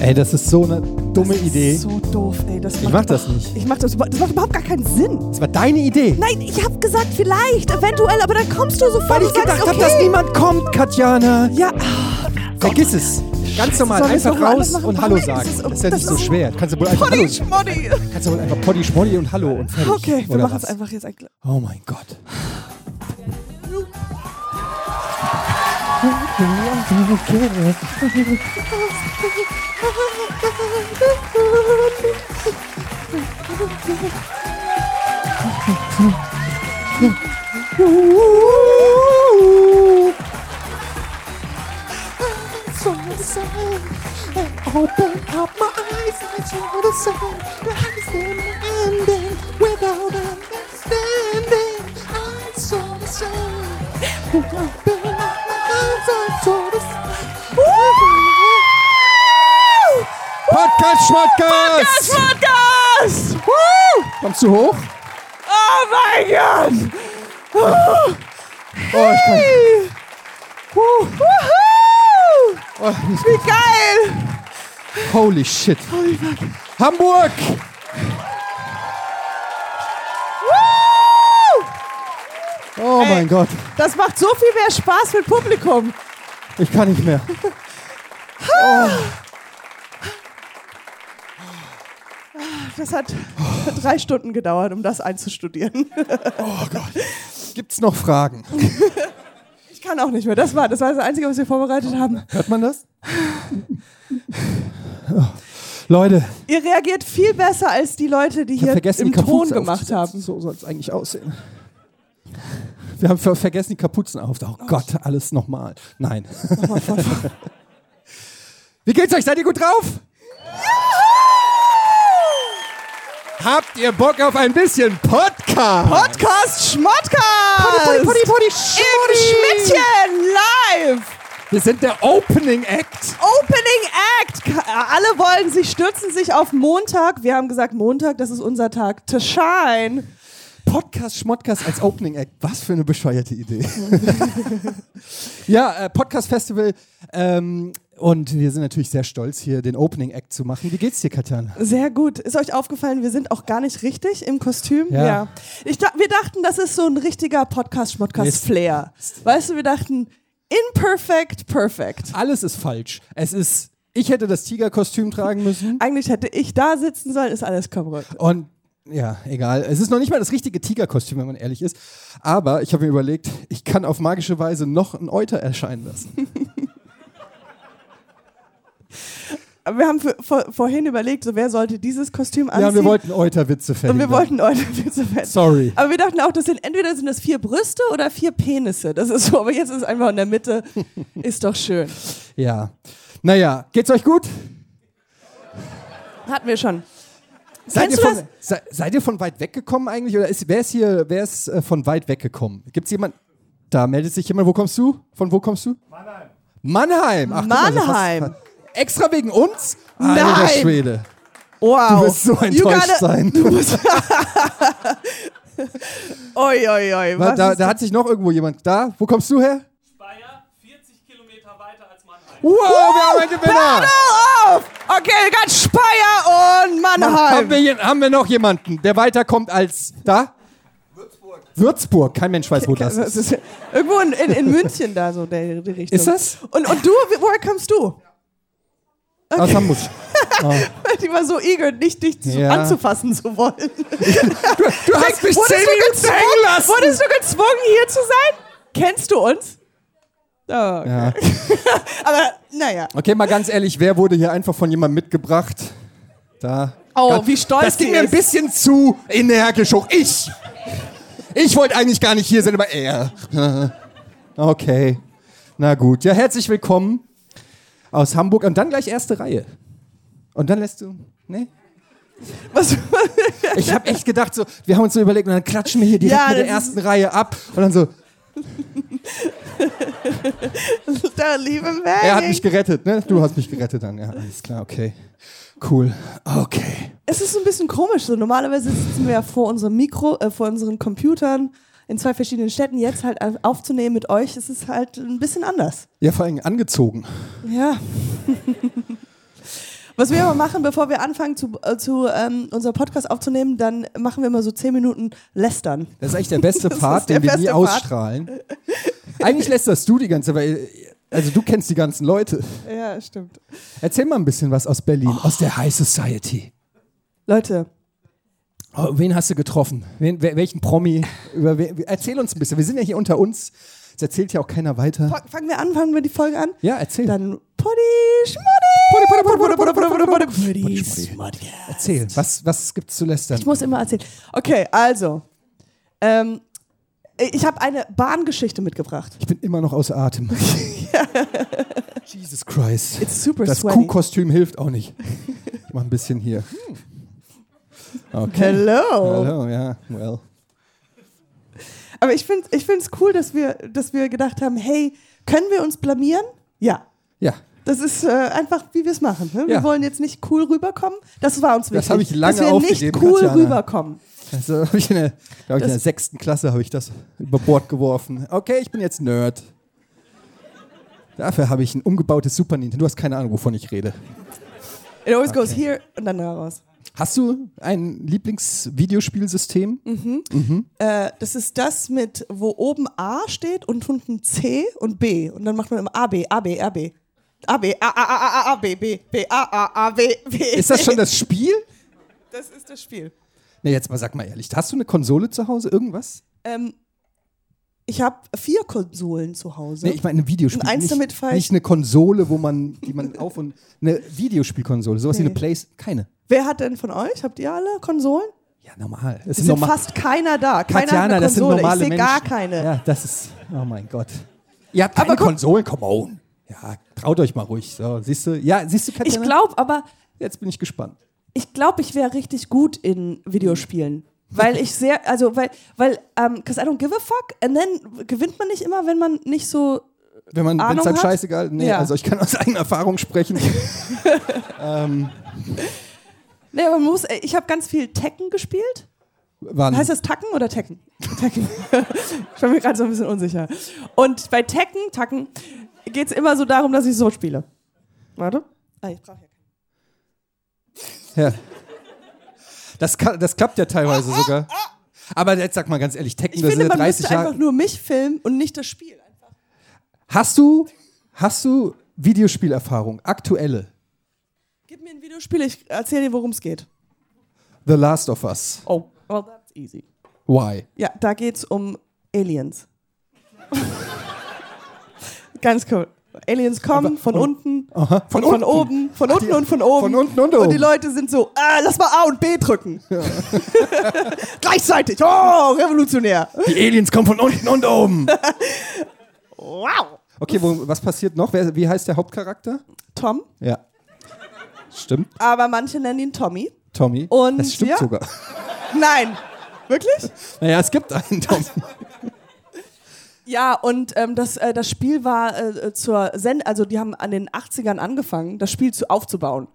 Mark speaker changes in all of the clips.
Speaker 1: Ey, das ist so eine dumme
Speaker 2: das
Speaker 1: Idee.
Speaker 2: Ist so doof, ey. Das
Speaker 1: Ich
Speaker 2: macht
Speaker 1: mach das
Speaker 2: überhaupt-
Speaker 1: nicht.
Speaker 2: Ich mach das, über- das macht überhaupt gar keinen Sinn.
Speaker 1: das war deine Idee.
Speaker 2: Nein, ich habe gesagt, vielleicht, eventuell, aber dann kommst du sofort
Speaker 1: Weil ich
Speaker 2: und sagst,
Speaker 1: gedacht habe,
Speaker 2: okay.
Speaker 1: dass niemand kommt, Katjana.
Speaker 2: Ja,
Speaker 1: Vergiss es. Ganz normal,
Speaker 2: Sollen wir es
Speaker 1: einfach
Speaker 2: nochmal
Speaker 1: raus
Speaker 2: alles machen?
Speaker 1: und Hallo
Speaker 2: Nein, das
Speaker 1: sagen.
Speaker 2: ist-
Speaker 1: Das ist ja
Speaker 2: das
Speaker 1: nicht so
Speaker 2: ist-
Speaker 1: schwer. Kannst du wohl einfach Hallo
Speaker 2: Poddy,
Speaker 1: sagen.
Speaker 2: Schmoddy.
Speaker 1: Kannst du wohl einfach Poddy, Schmoddy und Hallo und fertig.
Speaker 2: Okay, wir
Speaker 1: Oder
Speaker 2: machen es
Speaker 1: was?
Speaker 2: einfach jetzt eigentlich.
Speaker 1: Oh mein Gott. Podcast Schmackers!
Speaker 2: Podcast!
Speaker 1: Kommst du hoch?
Speaker 2: Oh mein Gott!
Speaker 1: Oh, ich kann.
Speaker 2: Wuhu!
Speaker 1: Oh,
Speaker 2: Wie geil!
Speaker 1: holy shit.
Speaker 2: Oh
Speaker 1: Hamburg! Oh mein Gott.
Speaker 2: Das macht so viel mehr Spaß mit Publikum.
Speaker 1: Ich kann nicht mehr.
Speaker 2: Das hat drei Stunden gedauert, um das einzustudieren.
Speaker 1: Gibt's noch Fragen?
Speaker 2: Ich kann auch nicht mehr. Das war das, war das Einzige, was wir vorbereitet haben.
Speaker 1: Hört man das? Oh. Leute,
Speaker 2: Ihr reagiert viel besser als die Leute, die
Speaker 1: ich habe
Speaker 2: hier
Speaker 1: vergessen, die
Speaker 2: im
Speaker 1: Kapuzen
Speaker 2: Ton gemacht
Speaker 1: aufzusetzen.
Speaker 2: haben.
Speaker 1: So soll es eigentlich aussehen. Wir haben ver vergessen, die Kapuzen aufzusetzen. Oh Gott, alles nochmal. Nein. Wie geht's euch? Seid ihr gut drauf? Habt ihr Bock auf ein bisschen Podcast?
Speaker 2: Podcast Schmodcast!
Speaker 1: Poddy, Poddy, Poddy,
Speaker 2: Im Schmittchen live!
Speaker 1: Wir sind der Opening Act.
Speaker 2: Opening Act! Ka- Alle wollen sich, stürzen sich auf Montag. Wir haben gesagt, Montag, das ist unser Tag. To shine!
Speaker 1: Podcast Schmodcast als Opening Act. Was für eine bescheuerte Idee. ja, äh, Podcast Festival. Ähm, und wir sind natürlich sehr stolz, hier den Opening Act zu machen. Wie geht's dir, Katjana?
Speaker 2: Sehr gut. Ist euch aufgefallen, wir sind auch gar nicht richtig im Kostüm?
Speaker 1: Ja.
Speaker 2: Ich da, wir dachten, das ist so ein richtiger Podcast-Schmodcast-Flair. Weißt du, wir dachten, imperfect, perfect.
Speaker 1: Alles ist falsch. Es ist. Ich hätte das Tigerkostüm tragen müssen.
Speaker 2: Eigentlich hätte ich da sitzen sollen, ist alles korrekt.
Speaker 1: Und ja, egal. Es ist noch nicht mal das richtige Tigerkostüm, wenn man ehrlich ist. Aber ich habe mir überlegt, ich kann auf magische Weise noch ein Euter erscheinen lassen.
Speaker 2: Aber wir haben für, vor, vorhin überlegt, so, wer sollte dieses Kostüm anziehen?
Speaker 1: Ja, wir wollten Euterwitze
Speaker 2: Und
Speaker 1: verhindern.
Speaker 2: wir wollten heute viel zu fett.
Speaker 1: Sorry.
Speaker 2: Aber wir dachten auch, das sind entweder sind das vier Brüste oder vier Penisse. Das ist so, aber jetzt ist es einfach in der Mitte. Ist doch schön.
Speaker 1: Ja. Naja, geht's euch gut?
Speaker 2: Hatten wir schon.
Speaker 1: Seid ihr,
Speaker 2: Kennst du
Speaker 1: von, se, seid ihr von weit weggekommen eigentlich? Oder ist, wer ist hier, wer ist äh, von weit weggekommen? Gibt's jemand? Da meldet sich jemand. Wo kommst du? Von wo kommst du? Mannheim. Mannheim. Ach, guck mal, das
Speaker 2: Mannheim.
Speaker 1: hast- Extra wegen uns?
Speaker 2: Nein.
Speaker 1: Alter Schwede.
Speaker 2: Wow.
Speaker 1: Du wirst so
Speaker 2: You
Speaker 1: enttäuscht
Speaker 2: gotta-
Speaker 1: sein.
Speaker 2: Oi, oi, oi.
Speaker 1: Da,
Speaker 2: Was
Speaker 1: da,
Speaker 2: ist
Speaker 1: da hat sich noch irgendwo jemand. Da? Wo kommst du her?
Speaker 3: Speyer, 40 Kilometer weiter als Mannheim.
Speaker 1: Wow, wir haben einen Gewinner.
Speaker 2: Pedal auf! Okay, ganz Speyer und
Speaker 1: Haben
Speaker 2: Mannheim.
Speaker 1: wir, hier, haben wir noch jemanden, der weiterkommt als da? Würzburg. Würzburg. Kein Mensch weiß, wo das
Speaker 2: Das
Speaker 1: ist.
Speaker 2: ist irgendwo in, in, in München da so der, die Richtung.
Speaker 1: Ist das?
Speaker 2: Und, und du, wie- woher kommst du?
Speaker 1: Aus Hamburg.
Speaker 2: Die war so eager, nicht dich zu,
Speaker 1: Ja.
Speaker 2: anzufassen zu wollen.
Speaker 1: Du hast mich
Speaker 2: Wurdest
Speaker 1: zehn
Speaker 2: du
Speaker 1: Minuten
Speaker 2: gezwungen-
Speaker 1: hängen lassen.
Speaker 2: Wurdest du gezwungen, hier zu sein? Kennst du uns? Ah, okay.
Speaker 1: Ja.
Speaker 2: Aber naja.
Speaker 1: Okay, mal ganz ehrlich, wer wurde hier einfach von jemandem mitgebracht? Da.
Speaker 2: Oh,
Speaker 1: Gott,
Speaker 2: wie stolz
Speaker 1: Das ging
Speaker 2: die
Speaker 1: mir ein
Speaker 2: ist.
Speaker 1: bisschen zu energisch hoch. Ich! Ich wollte eigentlich gar nicht hier sein, aber er. Okay. Na gut. Ja, herzlich willkommen aus Hamburg. Und dann gleich erste Reihe. Und dann lässt du. Nee?
Speaker 2: Was,
Speaker 1: Ich habe echt gedacht, so, wir haben uns so überlegt und dann klatschen wir hier direkt
Speaker 2: Ja,
Speaker 1: mit der
Speaker 2: das ist-
Speaker 1: ersten Reihe ab. Und dann so,
Speaker 2: der liebe Manning.
Speaker 1: er hat mich gerettet, ne? Du hast mich gerettet dann. Ja, alles klar, okay. Cool. Okay.
Speaker 2: Es ist so ein bisschen komisch. So normalerweise sitzen wir ja vor unserem Mikro, äh, vor unseren Computern in zwei verschiedenen Städten. Jetzt halt auf- aufzunehmen mit euch, ist es halt ein bisschen anders.
Speaker 1: Ja, vor allem angezogen.
Speaker 2: Ja. Was wir immer machen, bevor wir anfangen, zu, äh, zu ähm, unser Podcast aufzunehmen, dann machen wir immer so 10 Minuten Lästern.
Speaker 1: Das ist echt der beste
Speaker 2: Das ist
Speaker 1: Part,
Speaker 2: der
Speaker 1: den wir nie
Speaker 2: beste Part.
Speaker 1: ausstrahlen. Eigentlich lässt das du die ganze weil Also du kennst die ganzen Leute.
Speaker 2: Ja, stimmt.
Speaker 1: Erzähl mal ein bisschen was aus Berlin,
Speaker 2: Oh.
Speaker 1: aus der High Society.
Speaker 2: Leute,
Speaker 1: Oh, wen hast du getroffen? Wen, wel- welchen Promi? Über we erzähl uns ein bisschen. Wir sind ja hier unter uns. Das erzählt ja auch keiner weiter.
Speaker 2: fa- fangen wir an, fangen wir die Folge an.
Speaker 1: Ja, erzähl.
Speaker 2: Dann Poddy, Schmoddy.
Speaker 1: Puddi, puddi, puddi, puddi, puddi, puddi, puddi, puddi.
Speaker 2: Poddy,
Speaker 1: Schmoddy.
Speaker 2: Schmoddy.
Speaker 1: Erzähl, was, was gibt's zu lästern?
Speaker 2: Ich muss immer erzählen. Okay, also. Ähm, ich habe eine Bahngeschichte mitgebracht.
Speaker 1: Ich bin immer noch außer Atem. Jesus Christ.
Speaker 2: It's super
Speaker 1: das
Speaker 2: sweaty. Hm.
Speaker 1: Kuhkostüm hilft auch nicht. Ich mach ein bisschen hier. Okay.
Speaker 2: Hello.
Speaker 1: Hallo, ja. Well.
Speaker 2: Aber ich finde es cool, dass wir, dass wir gedacht haben, hey, können wir uns blamieren? Ja.
Speaker 1: Ja,
Speaker 2: Das ist äh, einfach, wie wir es machen. Ne? Wir
Speaker 1: Ja.
Speaker 2: wollen jetzt nicht cool rüberkommen. Das war uns wichtig.
Speaker 1: Das habe ich lange
Speaker 2: Dass wir
Speaker 1: aufgegeben,
Speaker 2: nicht cool
Speaker 1: Katjana.
Speaker 2: rüberkommen.
Speaker 1: also habe ich in der, glaub ich, in der
Speaker 2: Das-
Speaker 1: sechsten Klasse habe ich das über Bord geworfen. Okay, ich bin jetzt Nerd. Dafür habe ich ein umgebautes Super Nintendo. Du hast keine Ahnung, wovon ich rede.
Speaker 2: It always goes here und dann da raus.
Speaker 1: Hast du ein Lieblingsvideospielsystem?
Speaker 2: Mhm. Äh, das ist das mit, wo oben A steht und unten C und B. Und dann macht man immer A, B, A, B, A, B. A, B, A, A, A, A, A, B, B, B, A, A, A, B, B.
Speaker 1: Ist das schon das Spiel?
Speaker 2: Das ist das Spiel.
Speaker 1: Ne, jetzt mal sag mal ehrlich. Hast du eine Konsole zu Hause? Irgendwas?
Speaker 2: Ähm, ich habe vier Konsolen zu Hause.
Speaker 1: Nee, ich meine ein Videospiel.
Speaker 2: Und eins
Speaker 1: nicht,
Speaker 2: damit falsch.
Speaker 1: nicht eine Konsole, wo man, die man auf und eine Videospielkonsole, sowas wie
Speaker 2: Nee.
Speaker 1: eine Place, keine.
Speaker 2: Wer hat denn von euch? Habt ihr alle Konsolen?
Speaker 1: Ja, normal. Das
Speaker 2: Es sind fast keiner da. Keiner hat
Speaker 1: Katjana,
Speaker 2: eine
Speaker 1: das sind
Speaker 2: Konsole.
Speaker 1: normale
Speaker 2: ich sehe
Speaker 1: Menschen.
Speaker 2: gar keine.
Speaker 1: Ja, das ist. Oh mein Gott. Ihr habt keine
Speaker 2: Aber guck-
Speaker 1: Konsolen, come on. Ja, traut euch mal ruhig. So, siehst du? Ja, siehst du, Katjana?
Speaker 2: Ich glaube aber,
Speaker 1: Jetzt bin ich gespannt.
Speaker 2: ich glaube, ich wäre richtig gut in Videospielen. Weil ich sehr, also, weil, weil, ähm, cause I don't give a fuck. Und dann gewinnt man nicht immer, wenn man nicht so,
Speaker 1: Wenn man
Speaker 2: Ahnung
Speaker 1: es einem
Speaker 2: hat?
Speaker 1: scheißegal. Nee,
Speaker 2: Ja.
Speaker 1: also ich kann aus eigener Erfahrung sprechen.
Speaker 2: nee, aber man muss, äh, ich habe ganz viel Tekken gespielt.
Speaker 1: Wann?
Speaker 2: Heißt das Tacken oder Tekken? Tekken. ich bin mir gerade so ein bisschen unsicher. Und bei Tekken, Tacken, geht es immer so darum, dass ich so spiele. Warte. Ah, ich brauche ja keinen.
Speaker 1: Ja. Das, ka- das klappt ja teilweise
Speaker 2: Ah,
Speaker 1: sogar. Aber jetzt sag mal ganz ehrlich, Tekken,
Speaker 2: Ich
Speaker 1: das
Speaker 2: finde,
Speaker 1: sind ja
Speaker 2: man
Speaker 1: 30
Speaker 2: müsste
Speaker 1: Jahre.
Speaker 2: einfach nur mich filmen und nicht das Spiel.
Speaker 1: Hast du, hast du Videospielerfahrung, aktuelle?
Speaker 2: Gib mir ein Videospiel, ich erzähle dir, worum es geht.
Speaker 1: The Last of Us.
Speaker 2: Oh, well, that's easy.
Speaker 1: Why?
Speaker 2: Ja, da geht's um Aliens. Ganz cool. Aliens kommen von unten,
Speaker 1: Von
Speaker 2: von
Speaker 1: unten.
Speaker 2: oben, von unten
Speaker 1: die-
Speaker 2: und von oben.
Speaker 1: von unten und oben.
Speaker 2: Und die Leute sind so, äh, lass mal A und B drücken. Gleichzeitig. Oh, revolutionär.
Speaker 1: Die Aliens kommen von unten und um. oben.
Speaker 2: Wow.
Speaker 1: Okay, wo, was passiert noch? Wer, wie heißt der Hauptcharakter?
Speaker 2: Tom,
Speaker 1: Ja. Stimmt,
Speaker 2: aber manche nennen ihn Tommy.
Speaker 1: Tommy.
Speaker 2: Und
Speaker 1: das stimmt
Speaker 2: ja.
Speaker 1: sogar.
Speaker 2: Nein. Wirklich?
Speaker 1: Naja, es gibt einen Tommy.
Speaker 2: Ja, und ähm, das, äh, das Spiel war äh, zur Send, also die haben an den 80ern angefangen, das Spiel zu aufzubauen.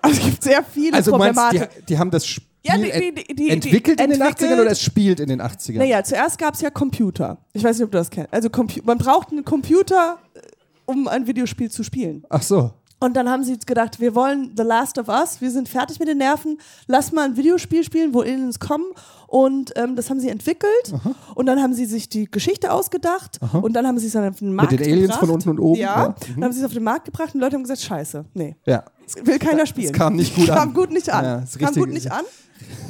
Speaker 2: Also es gibt sehr viele
Speaker 1: Mhm. Also du meinst,
Speaker 2: Problematik.
Speaker 1: die, die haben das Spiel
Speaker 2: Ja, die- die- die- die-
Speaker 1: entwickelt in den
Speaker 2: entwickelt.
Speaker 1: 80ern oder es spielt in den 80ern?
Speaker 2: Naja, zuerst gab es ja Computer. Ich weiß nicht, ob du das kennst. Also Compu man braucht einen Computer, äh, um ein Videospiel zu spielen.
Speaker 1: Ach so.
Speaker 2: Und dann haben sie jetzt gedacht, wir wollen The Last of Us, wir sind fertig mit den Nerven, lass mal ein Videospiel spielen, wo Aliens kommen. Und ähm, das haben sie entwickelt. Und dann haben sie sich die Geschichte ausgedacht. Und dann haben sie es dann auf den Markt
Speaker 1: den Aliens
Speaker 2: gebracht.
Speaker 1: von unten und oben, ja. Mhm.
Speaker 2: Ja, dann haben sie es auf den Markt gebracht und Leute haben gesagt, scheiße, nee,
Speaker 1: Ja.
Speaker 2: das will keiner spielen.
Speaker 1: kam nicht gut
Speaker 2: Kam
Speaker 1: an.
Speaker 2: gut nicht an.
Speaker 1: Ja, ist
Speaker 2: kam
Speaker 1: richtig.
Speaker 2: gut nicht an.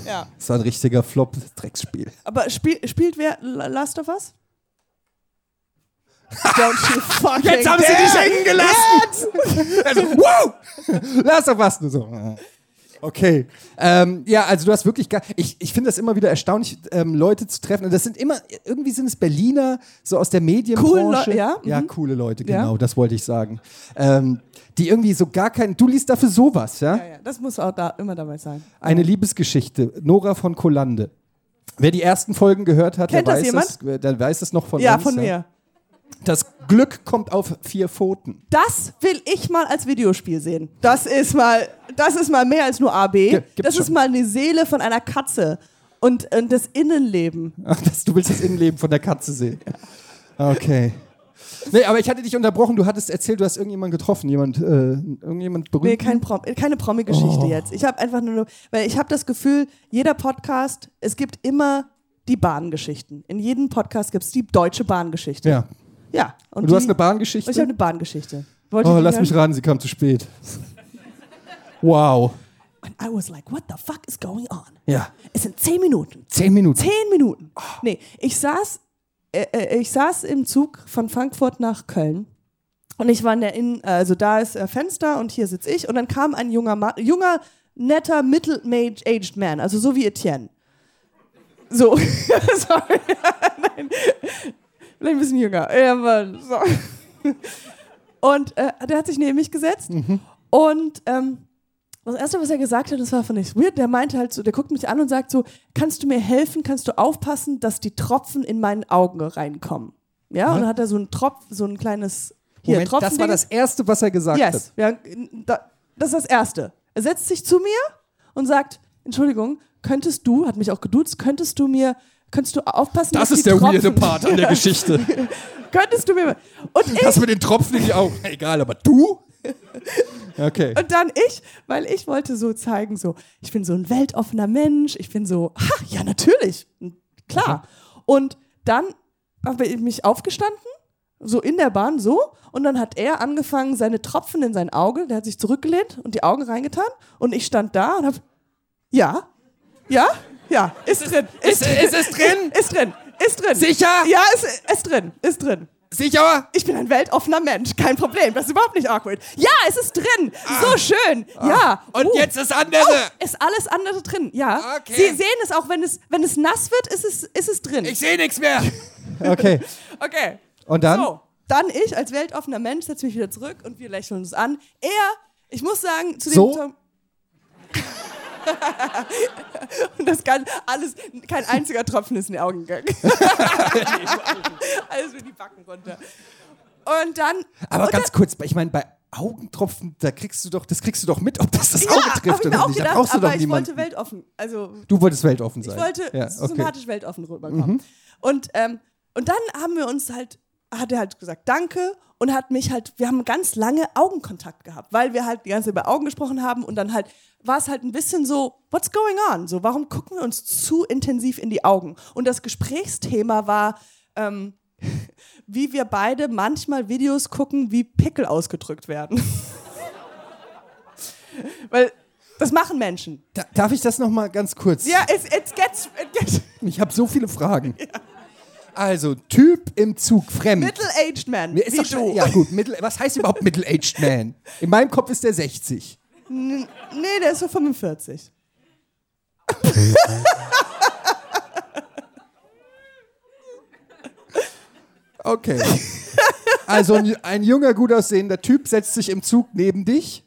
Speaker 2: Ja.
Speaker 1: Das war ein richtiger Flop, Drecksspiel.
Speaker 2: Aber spiel, spielt wer La- Last of Us? Don't you fucking dare.
Speaker 1: hängen gelassen! Also, wow! Lass doch was, nur so. äh, Okay. Ähm, ja, also du hast wirklich gar. Ich, ich finde das immer wieder erstaunlich, ähm, Leute zu treffen. Und das sind immer, irgendwie sind es Berliner, so aus der Medienbranche.
Speaker 2: Cool Leu- ja,
Speaker 1: ja
Speaker 2: mhm.
Speaker 1: coole Leute,
Speaker 2: Ja.
Speaker 1: genau, das wollte ich sagen. Ähm, die irgendwie so gar keinen. Du liest dafür sowas, ja?
Speaker 2: Ja, ja, das muss auch da, immer dabei sein.
Speaker 1: Eine Liebesgeschichte, Nora von Kolande. Wer die ersten Folgen gehört hat, der
Speaker 2: Kennt das
Speaker 1: weiß,
Speaker 2: jemand?
Speaker 1: es, äh, der weiß es noch von
Speaker 2: ja,
Speaker 1: uns.
Speaker 2: von mir.
Speaker 1: Das Glück kommt auf vier Pfoten.
Speaker 2: Das will ich mal als Videospiel sehen. Das ist mal, das ist mal mehr als nur AB.
Speaker 1: gibt's
Speaker 2: das ist
Speaker 1: schon.
Speaker 2: mal eine Seele von einer Katze und, und das Innenleben.
Speaker 1: Ach, das, du willst das Innenleben von der Katze sehen. Okay. Nee, aber ich hatte dich unterbrochen. Du hattest erzählt, du hast irgendjemanden getroffen. Jemand, äh, irgendjemand berühmt.
Speaker 2: Nee, kein Prom äh, keine Promi-Geschichte
Speaker 1: Oh.
Speaker 2: jetzt. Ich habe einfach nur, weil ich habe das Gefühl, jeder Podcast, es gibt immer die Bahngeschichten. In jedem Podcast gibt es die deutsche Bahngeschichte.
Speaker 1: ja.
Speaker 2: Ja. Und,
Speaker 1: Und du hast eine
Speaker 2: die- Ich habe
Speaker 1: Bahngeschichte?
Speaker 2: eine Bahngeschichte. Wollte
Speaker 1: Oh,
Speaker 2: ich die
Speaker 1: lass mich
Speaker 2: hören?
Speaker 1: raten, sie kam zu spät. Wow.
Speaker 2: And I was like, what the fuck is going on?
Speaker 1: Ja.
Speaker 2: Es sind zehn Minuten.
Speaker 1: Zehn Minuten.
Speaker 2: Zehn Minuten.
Speaker 1: Oh.
Speaker 2: Nee, ich saß, äh, äh, ich saß im Zug von Frankfurt nach Köln. Und ich war in der Innen, also da ist äh, Fenster und hier sitze ich. Und dann kam ein junger, Ma junger netter, middle-aged man, also so wie Etienne. So, sorry. Nein. Vielleicht ein bisschen jünger. Ja, aber so. Und äh, der hat sich neben mich gesetzt.
Speaker 1: Mhm.
Speaker 2: Und ähm, das erste, was er gesagt hat, das war fand ich weird. Der meinte halt so, der guckt mich an und sagt so, kannst du mir helfen? Kannst du aufpassen, dass die Tropfen in meinen Augen reinkommen? Ja, und dann hat er so einen Tropf, so ein kleines hier
Speaker 1: Mhm. Moment,
Speaker 2: Tropfen.
Speaker 1: das war das Erste, was er gesagt
Speaker 2: Yes,
Speaker 1: hat.
Speaker 2: ja, da, das ist das erste. Er setzt sich zu mir und sagt, Entschuldigung, könntest du, hat mich auch geduzt, könntest du mir, könntest du aufpassen, dass die Tropfen,
Speaker 1: an der Geschichte.
Speaker 2: Könntest du mir und ich
Speaker 1: Das mit den Tropfen in die Augen. Egal, aber du? Okay.
Speaker 2: Und dann ich, weil ich wollte so zeigen, so, ich bin so ein weltoffener Mensch, ich bin so, ha, ja, natürlich, klar.
Speaker 1: Mhm.
Speaker 2: Und dann habe ich mich aufgestanden, so in der Bahn, so, und dann hat er angefangen, seine Tropfen in sein Auge, der hat sich zurückgelehnt und die Augen reingetan, und ich stand da und habe, ja, ja, ja, ist drin, ist,
Speaker 1: ist es drin?
Speaker 2: ist drin, ist drin.
Speaker 1: Sicher?
Speaker 2: Ja, ist, ist drin, ist drin
Speaker 1: Sicher?
Speaker 2: ich bin ein weltoffener Mensch, kein Problem, das ist überhaupt nicht awkward. Ja, es ist drin, so schön, ja. Uh.
Speaker 1: das andere.
Speaker 2: Oh, ist alles andere drin, ja.
Speaker 1: Okay.
Speaker 2: Sie sehen es auch, wenn es, wenn es nass wird, ist es, ist es drin.
Speaker 1: sehe nichts mehr. Okay.
Speaker 2: okay,
Speaker 1: Und dann?
Speaker 2: so. Dann ich als weltoffener Mensch setze mich wieder zurück und wir lächeln uns an. Er, ich muss sagen, zu dem
Speaker 1: So?
Speaker 2: Tom- Und das kann alles, kein einziger Tropfen ist in die Augen gegangen. alles mit die Backen runter. Und dann.
Speaker 1: Aber
Speaker 2: und
Speaker 1: ganz kurz, ich meine, bei Augentropfen, da kriegst du doch, das kriegst du doch mit, ob das das Auge
Speaker 2: hab
Speaker 1: trifft
Speaker 2: ich mir
Speaker 1: oder
Speaker 2: auch
Speaker 1: nicht.
Speaker 2: Gedacht,
Speaker 1: da brauchst du
Speaker 2: aber
Speaker 1: doch
Speaker 2: ich wollte
Speaker 1: niemanden.
Speaker 2: weltoffen. Also
Speaker 1: du wolltest weltoffen sein.
Speaker 2: ich wollte
Speaker 1: ja, okay. Mhm.
Speaker 2: sympathisch weltoffen rüberkommen. Und, ähm, und dann haben wir uns halt, hat er halt gesagt, danke und hat mich halt, wir haben ganz lange Augenkontakt gehabt, weil wir halt die ganze Zeit über Augen gesprochen haben und dann halt war es halt ein bisschen so, what's going on? So, warum gucken wir uns zu intensiv in die Augen? Und das Gesprächsthema war, ähm, wie wir beide manchmal Videos gucken, wie Pickel ausgedrückt werden. Weil das machen Menschen.
Speaker 1: Da, darf ich das nochmal ganz kurz?
Speaker 2: Ja, it, it gets, it gets
Speaker 1: Ich habe so viele Fragen. Also, Typ im Zug, fremd.
Speaker 2: middle-aged man.
Speaker 1: Mir ist
Speaker 2: wie
Speaker 1: doch
Speaker 2: du.
Speaker 1: schon- Ja, gut. Mittel, was heißt überhaupt Middle-Aged Man? In meinem Kopf ist der 60.
Speaker 2: Nee, der ist so 45.
Speaker 1: Okay. Also, ein, ein junger, gut aussehender Typ setzt sich im Zug neben dich.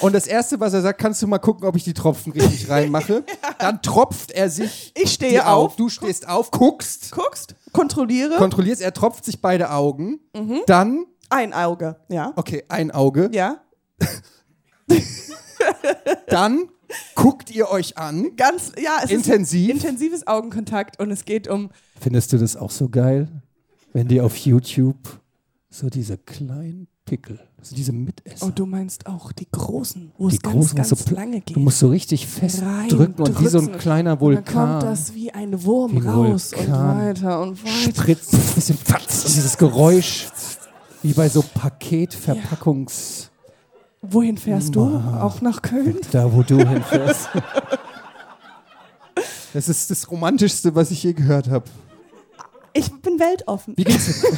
Speaker 1: Und das Erste, was er sagt, kannst du mal gucken, ob ich die Tropfen richtig reinmache. Dann tropft er sich.
Speaker 2: Ich stehe
Speaker 1: die Augen.
Speaker 2: auf.
Speaker 1: Du stehst auf, guckst,
Speaker 2: Guckst, kontrolliere,
Speaker 1: kontrollierst, er tropft sich beide Augen. Dann,
Speaker 2: ein Auge. Ja.
Speaker 1: okay, ein Auge.
Speaker 2: Mhm. Ja.
Speaker 1: Dann guckt ihr euch an.
Speaker 2: Ganz, ja, es
Speaker 1: Intensiv.
Speaker 2: ist intensives Augenkontakt und es geht um.
Speaker 4: Findest du das auch so geil, wenn die auf YouTube so diese kleinen Pickel, so diese Mitesser,
Speaker 2: Oh, du meinst auch die großen, wo
Speaker 4: die
Speaker 2: es ganz,
Speaker 4: großen
Speaker 2: ganz
Speaker 4: so pl-
Speaker 2: lange geht.
Speaker 4: Du musst so richtig fest
Speaker 2: Rein,
Speaker 4: drücken und wie so ein
Speaker 2: drücken.
Speaker 4: kleiner
Speaker 2: dann kommt
Speaker 4: Vulkan
Speaker 2: das wie ein Wurm
Speaker 4: Wie
Speaker 2: raus
Speaker 4: Vulkan.
Speaker 2: und weiter und weiter.
Speaker 4: spritzt, ein bisschen fatz, und dieses Geräusch wie bei so Paketverpackungs,
Speaker 2: Wohin fährst du? Auch nach Köln?
Speaker 4: da wo du hinfährst.
Speaker 1: Das ist das Romantischste, was ich je gehört habe.
Speaker 2: Ich bin weltoffen.
Speaker 1: Wie geht's dir?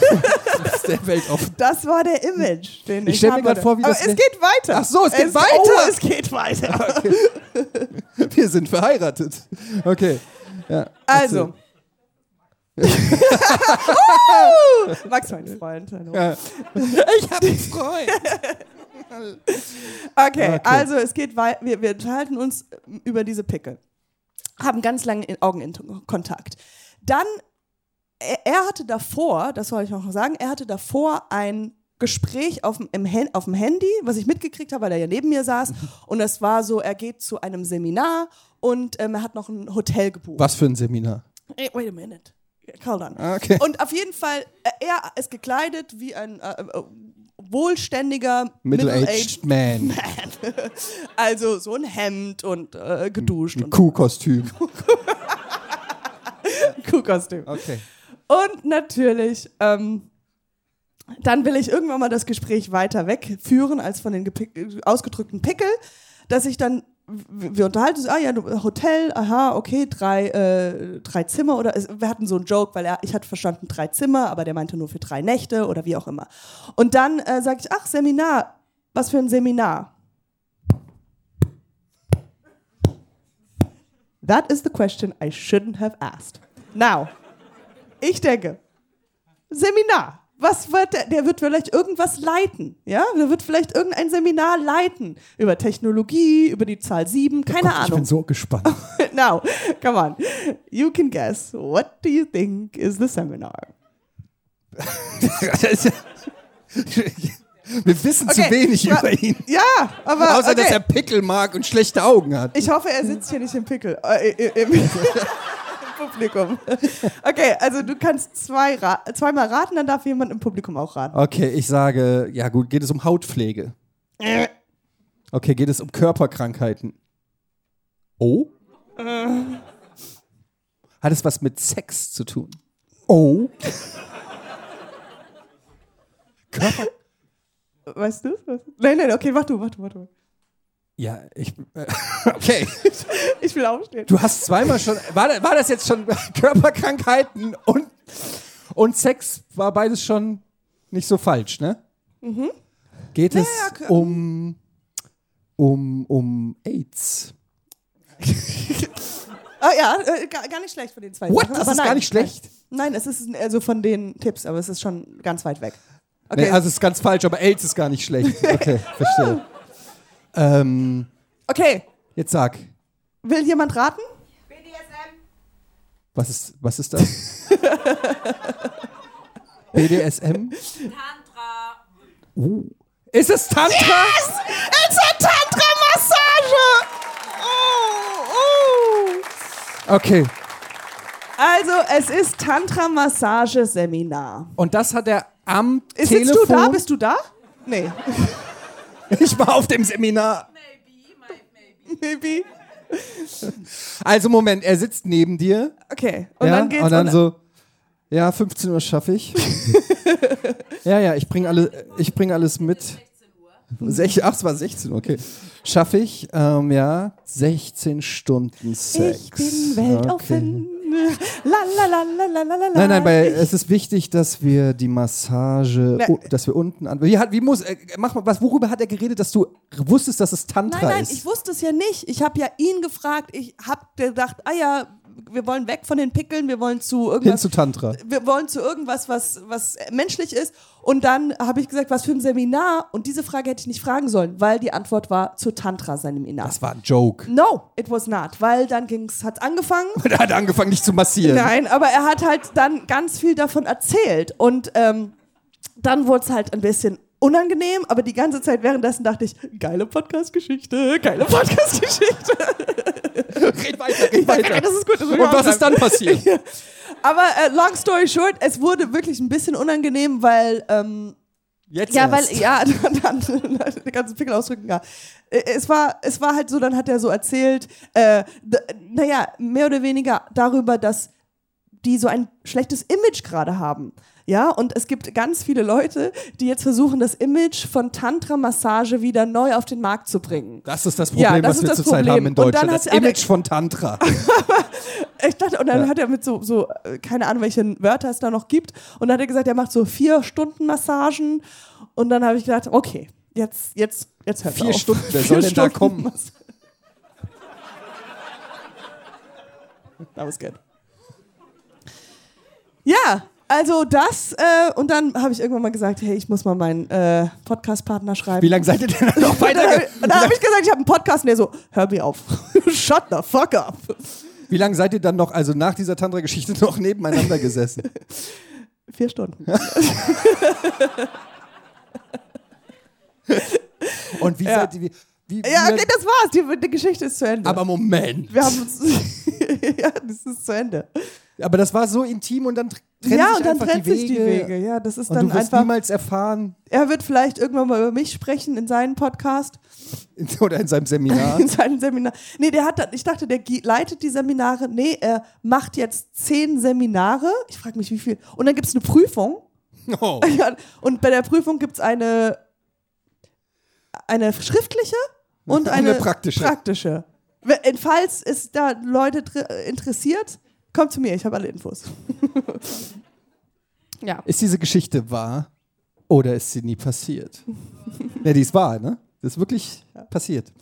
Speaker 1: das ist der Welt offen.
Speaker 2: Das war der Image, den ich
Speaker 1: stell mir
Speaker 2: habe.
Speaker 1: grad vor, wie
Speaker 2: Aber
Speaker 1: das
Speaker 2: es
Speaker 1: wär-
Speaker 2: geht weiter.
Speaker 1: Ach so, es geht
Speaker 2: Oh,
Speaker 1: weiter.
Speaker 2: es geht weiter.
Speaker 1: Wir sind verheiratet. Okay.
Speaker 2: Also. uh, Max, mein Freund. Hallo.
Speaker 1: Ich hab mich freut.
Speaker 2: Okay,
Speaker 1: Okay.
Speaker 2: also es geht weiter. Wir, wir unterhalten uns ähm, über diese Pickel. Haben ganz lange in- Augenkontakt. Dann, er, er hatte davor, das wollte ich noch sagen, er hatte davor ein Gespräch auf dem, im, Hen- auf dem Handy, was ich mitgekriegt habe, weil er ja neben mir saß. Und das war so, er geht zu einem Seminar und ähm, er hat noch ein Hotel gebucht.
Speaker 1: Was für ein Seminar.
Speaker 2: Ey, wait a minute. Kaldern.
Speaker 1: Ah, Okay.
Speaker 2: Und auf jeden Fall, äh, er ist gekleidet wie ein äh, äh, wohlständiger
Speaker 1: Middle-aged Man.
Speaker 2: Middle-aged- also so ein Hemd und äh, geduscht und
Speaker 1: Kuhkostüm.
Speaker 2: Kuhkostüm.
Speaker 1: Okay.
Speaker 2: Und natürlich, ähm, dann will ich irgendwann mal das Gespräch weiter wegführen als von den gepick- äh, ausgedrückten Pickel, dass ich dann, w- wir unterhalten uns, ah ja, du- Hotel, aha, okay, drei, äh, drei Zimmer oder es, wir hatten so einen Joke, weil er, ich hatte verstanden drei Zimmer, aber der meinte nur für drei Nächte oder wie auch immer. Und dann äh, sage ich, ach, Seminar, was für ein Seminar? That is the question I shouldn't have asked. Now. Ich denke, Seminar. Was wird der, der wird vielleicht irgendwas leiten, ja? Der wird vielleicht irgendein Seminar leiten über Technologie, über die Zahl
Speaker 1: Oh
Speaker 2: 7, keine
Speaker 4: Ich bin
Speaker 2: Ahnung.
Speaker 4: so gespannt.
Speaker 2: Now, come on. You can guess. What do you think is the seminar?
Speaker 1: Wir wissen zu
Speaker 2: Okay,
Speaker 1: wenig
Speaker 2: wa-
Speaker 1: über ihn.
Speaker 2: Ja, aber
Speaker 1: Außer, dass
Speaker 2: okay.
Speaker 1: er Pickel mag und schlechte Augen hat.
Speaker 2: Ich hoffe, er sitzt hier nicht im Pickel. Äh, äh, im, Im Publikum. Okay, also du kannst zwei ra zweimal raten, dann darf jemand im Publikum auch raten.
Speaker 1: Okay, ich sage, ja gut, geht es um Hautpflege? Äh, Okay, geht es um Körperkrankheiten? Oh? Hat es was mit Sex zu tun? Oh? Körper
Speaker 2: Weißt du? Nein, nein, okay, mach du, mach du, mach du.
Speaker 1: ja, ich. Äh, okay.
Speaker 2: Ich will aufstehen.
Speaker 1: Du hast zweimal schon. War, da- war das jetzt schon Körperkrankheiten und, und Sex? War beides schon nicht so falsch, ne? Geht es
Speaker 2: Mhm. ja, k-
Speaker 1: um, um, um AIDS?
Speaker 2: Ah ja, äh, gar, gar nicht schlecht von den zwei.
Speaker 1: What?
Speaker 2: Sachen,
Speaker 1: Das
Speaker 2: aber
Speaker 1: ist gar
Speaker 2: nein.
Speaker 1: nicht schlecht.
Speaker 2: Nein, es ist also von den Tipps, aber es ist schon ganz weit weg.
Speaker 1: Nee, also ist ganz falsch, aber AIDS ist gar nicht schlecht. Okay, verstehe. ähm,
Speaker 2: Okay,
Speaker 1: jetzt sag,
Speaker 2: will jemand raten?
Speaker 1: was ist, was ist das? BDSM?
Speaker 5: Tantra.
Speaker 1: Ist es Tantra?
Speaker 2: It's a Tantra-Massage! Oh, oh.
Speaker 1: Okay.
Speaker 2: Also, es ist Tantra-Massage-Seminar.
Speaker 1: Und das hat er am
Speaker 2: Ist-
Speaker 1: Telefon.
Speaker 2: Sitzt du da? Bist du da? Nee.
Speaker 1: ich war auf dem Seminar.
Speaker 5: Maybe, might, maybe.
Speaker 2: Maybe.
Speaker 1: Also Moment, er sitzt neben dir.
Speaker 2: Okay, und
Speaker 1: ja?
Speaker 2: dann geht's
Speaker 1: und dann so, ja, 15 Uhr schaffe ich. ja, ja, ich bringe alle, ich bring alles mit.
Speaker 5: 16 Uhr.
Speaker 1: Sech, ach, es war 16, okay. Schaffe ich, ähm, ja, 16 Stunden Sex.
Speaker 2: ich bin weltoffen. La, la, la, la, la, la, la.
Speaker 1: Nein, äh, nein, weil
Speaker 2: Ich-
Speaker 1: es ist wichtig, dass wir die Massage,
Speaker 2: Na-
Speaker 1: oh, dass wir unten an. Wie, hat, wie muss, äh, mach mal, was, worüber hat er geredet, dass du wusstest, dass es Tantra
Speaker 2: Nein, nein,
Speaker 1: ist?
Speaker 2: ich wusste es ja nicht. Ich habe ja ihn gefragt. Ich habe gedacht, ah ja, wir wollen weg von den Pickeln, wir wollen zu
Speaker 1: Hin
Speaker 2: irgendwas,
Speaker 1: zu Tantra.
Speaker 2: wir wollen zu irgendwas, was, was äh, menschlich ist. Und dann habe ich gesagt, was für ein Seminar? Und diese Frage hätte ich nicht fragen sollen, weil die Antwort war zu Tantra Seminar.
Speaker 1: Das war ein Joke.
Speaker 2: No, it was not, weil dann ging's, hat's angefangen.
Speaker 1: Er hat angefangen, dich zu massieren.
Speaker 2: Nein, aber er hat halt dann ganz viel davon erzählt und ähm, dann wurde es halt ein bisschen unangenehm, aber die ganze Zeit währenddessen dachte ich, geile Podcast-Geschichte, geile Podcast-Geschichte.
Speaker 1: Red weiter, red weiter.
Speaker 2: Das ist gut. Das will ich
Speaker 1: Und
Speaker 2: auch
Speaker 1: was ist
Speaker 2: sagen.
Speaker 1: dann passiert?
Speaker 2: Aber äh, long story short, es wurde wirklich ein bisschen unangenehm, weil ähm,
Speaker 1: Jetzt
Speaker 2: Ja, weil,
Speaker 1: erst.
Speaker 2: ja, dann, dann, dann den ganzen Pickel ausdrücken, ja. Äh, Es war, es war halt so, dann hat er so erzählt, äh, d- naja, mehr oder weniger darüber, dass die so ein schlechtes Image gerade haben. Ja, und es gibt ganz viele Leute, die jetzt versuchen, das Image von Tantra-Massage wieder neu auf den Markt zu bringen.
Speaker 1: Das ist das
Speaker 2: Ja,
Speaker 1: Problem,
Speaker 2: das
Speaker 1: was
Speaker 2: ist
Speaker 1: wir
Speaker 2: das
Speaker 1: zurzeit
Speaker 2: Problem.
Speaker 1: haben in
Speaker 2: Und dann
Speaker 1: Deutschland.
Speaker 2: hat
Speaker 1: Das
Speaker 2: sie- hat er-
Speaker 1: Image von Tantra.
Speaker 2: Ich dachte, und dann
Speaker 1: Ja.
Speaker 2: hat er mit so, so, äh, keine Ahnung, welche Wörter es da noch gibt. Und dann hat er gesagt, er macht so vier Stunden Massagen. Und dann habe ich gedacht, okay, jetzt, jetzt, jetzt hört
Speaker 1: Vier
Speaker 2: auf.
Speaker 1: Stunden, wer soll denn da kommen?
Speaker 2: Massa- That was good. Ja, also das. Äh, und dann habe ich irgendwann mal gesagt, hey, ich muss mal meinen äh, Podcast-Partner schreiben.
Speaker 1: Wie lange seid ihr denn noch
Speaker 2: Und dann
Speaker 1: weiter?
Speaker 2: habe ich, und dann hab ich gesagt, ich habe einen Podcast und der so, hör mir auf. Shut the fuck up.
Speaker 1: Wie lange seid ihr dann noch, also nach dieser Tantra-Geschichte, noch nebeneinander gesessen?
Speaker 2: Vier Stunden.
Speaker 1: Und wie
Speaker 2: Ja.
Speaker 1: seid ihr. Wie, wie,
Speaker 2: Ja, genau.
Speaker 1: wie-
Speaker 2: okay, das war's. Die, die Geschichte ist zu Ende.
Speaker 1: aber Moment.
Speaker 2: wir haben uns. ja, das ist zu Ende.
Speaker 1: Aber das war so intim und dann tr- trennen
Speaker 2: ja,
Speaker 1: sich
Speaker 2: und dann
Speaker 1: einfach
Speaker 2: trennt
Speaker 1: die Wege.
Speaker 2: sich die Wege. Ja, das ist
Speaker 1: Und
Speaker 2: dann
Speaker 1: du wirst
Speaker 2: einfach.
Speaker 1: niemals erfahren
Speaker 2: Er wird vielleicht irgendwann mal über mich sprechen in seinem Podcast,
Speaker 1: oder in seinem Seminar.
Speaker 2: in seinem Seminar. Nee, der hat, da- ich dachte, der gi- leitet die Seminare. Nee, er macht jetzt zehn Seminare. Ich frage mich, wie viel. Und dann gibt es eine Prüfung.
Speaker 1: No.
Speaker 2: Ja, und bei der Prüfung gibt es eine, eine schriftliche und
Speaker 1: Eine
Speaker 2: eine,
Speaker 1: praktische.
Speaker 2: praktische. We- in- Falls es da Leute dr- äh, interessiert, kommt zu mir, ich habe alle Infos. ja.
Speaker 1: Ist diese Geschichte wahr oder ist sie nie passiert? ne, die ist wahr, ne? Das ist wirklich passiert.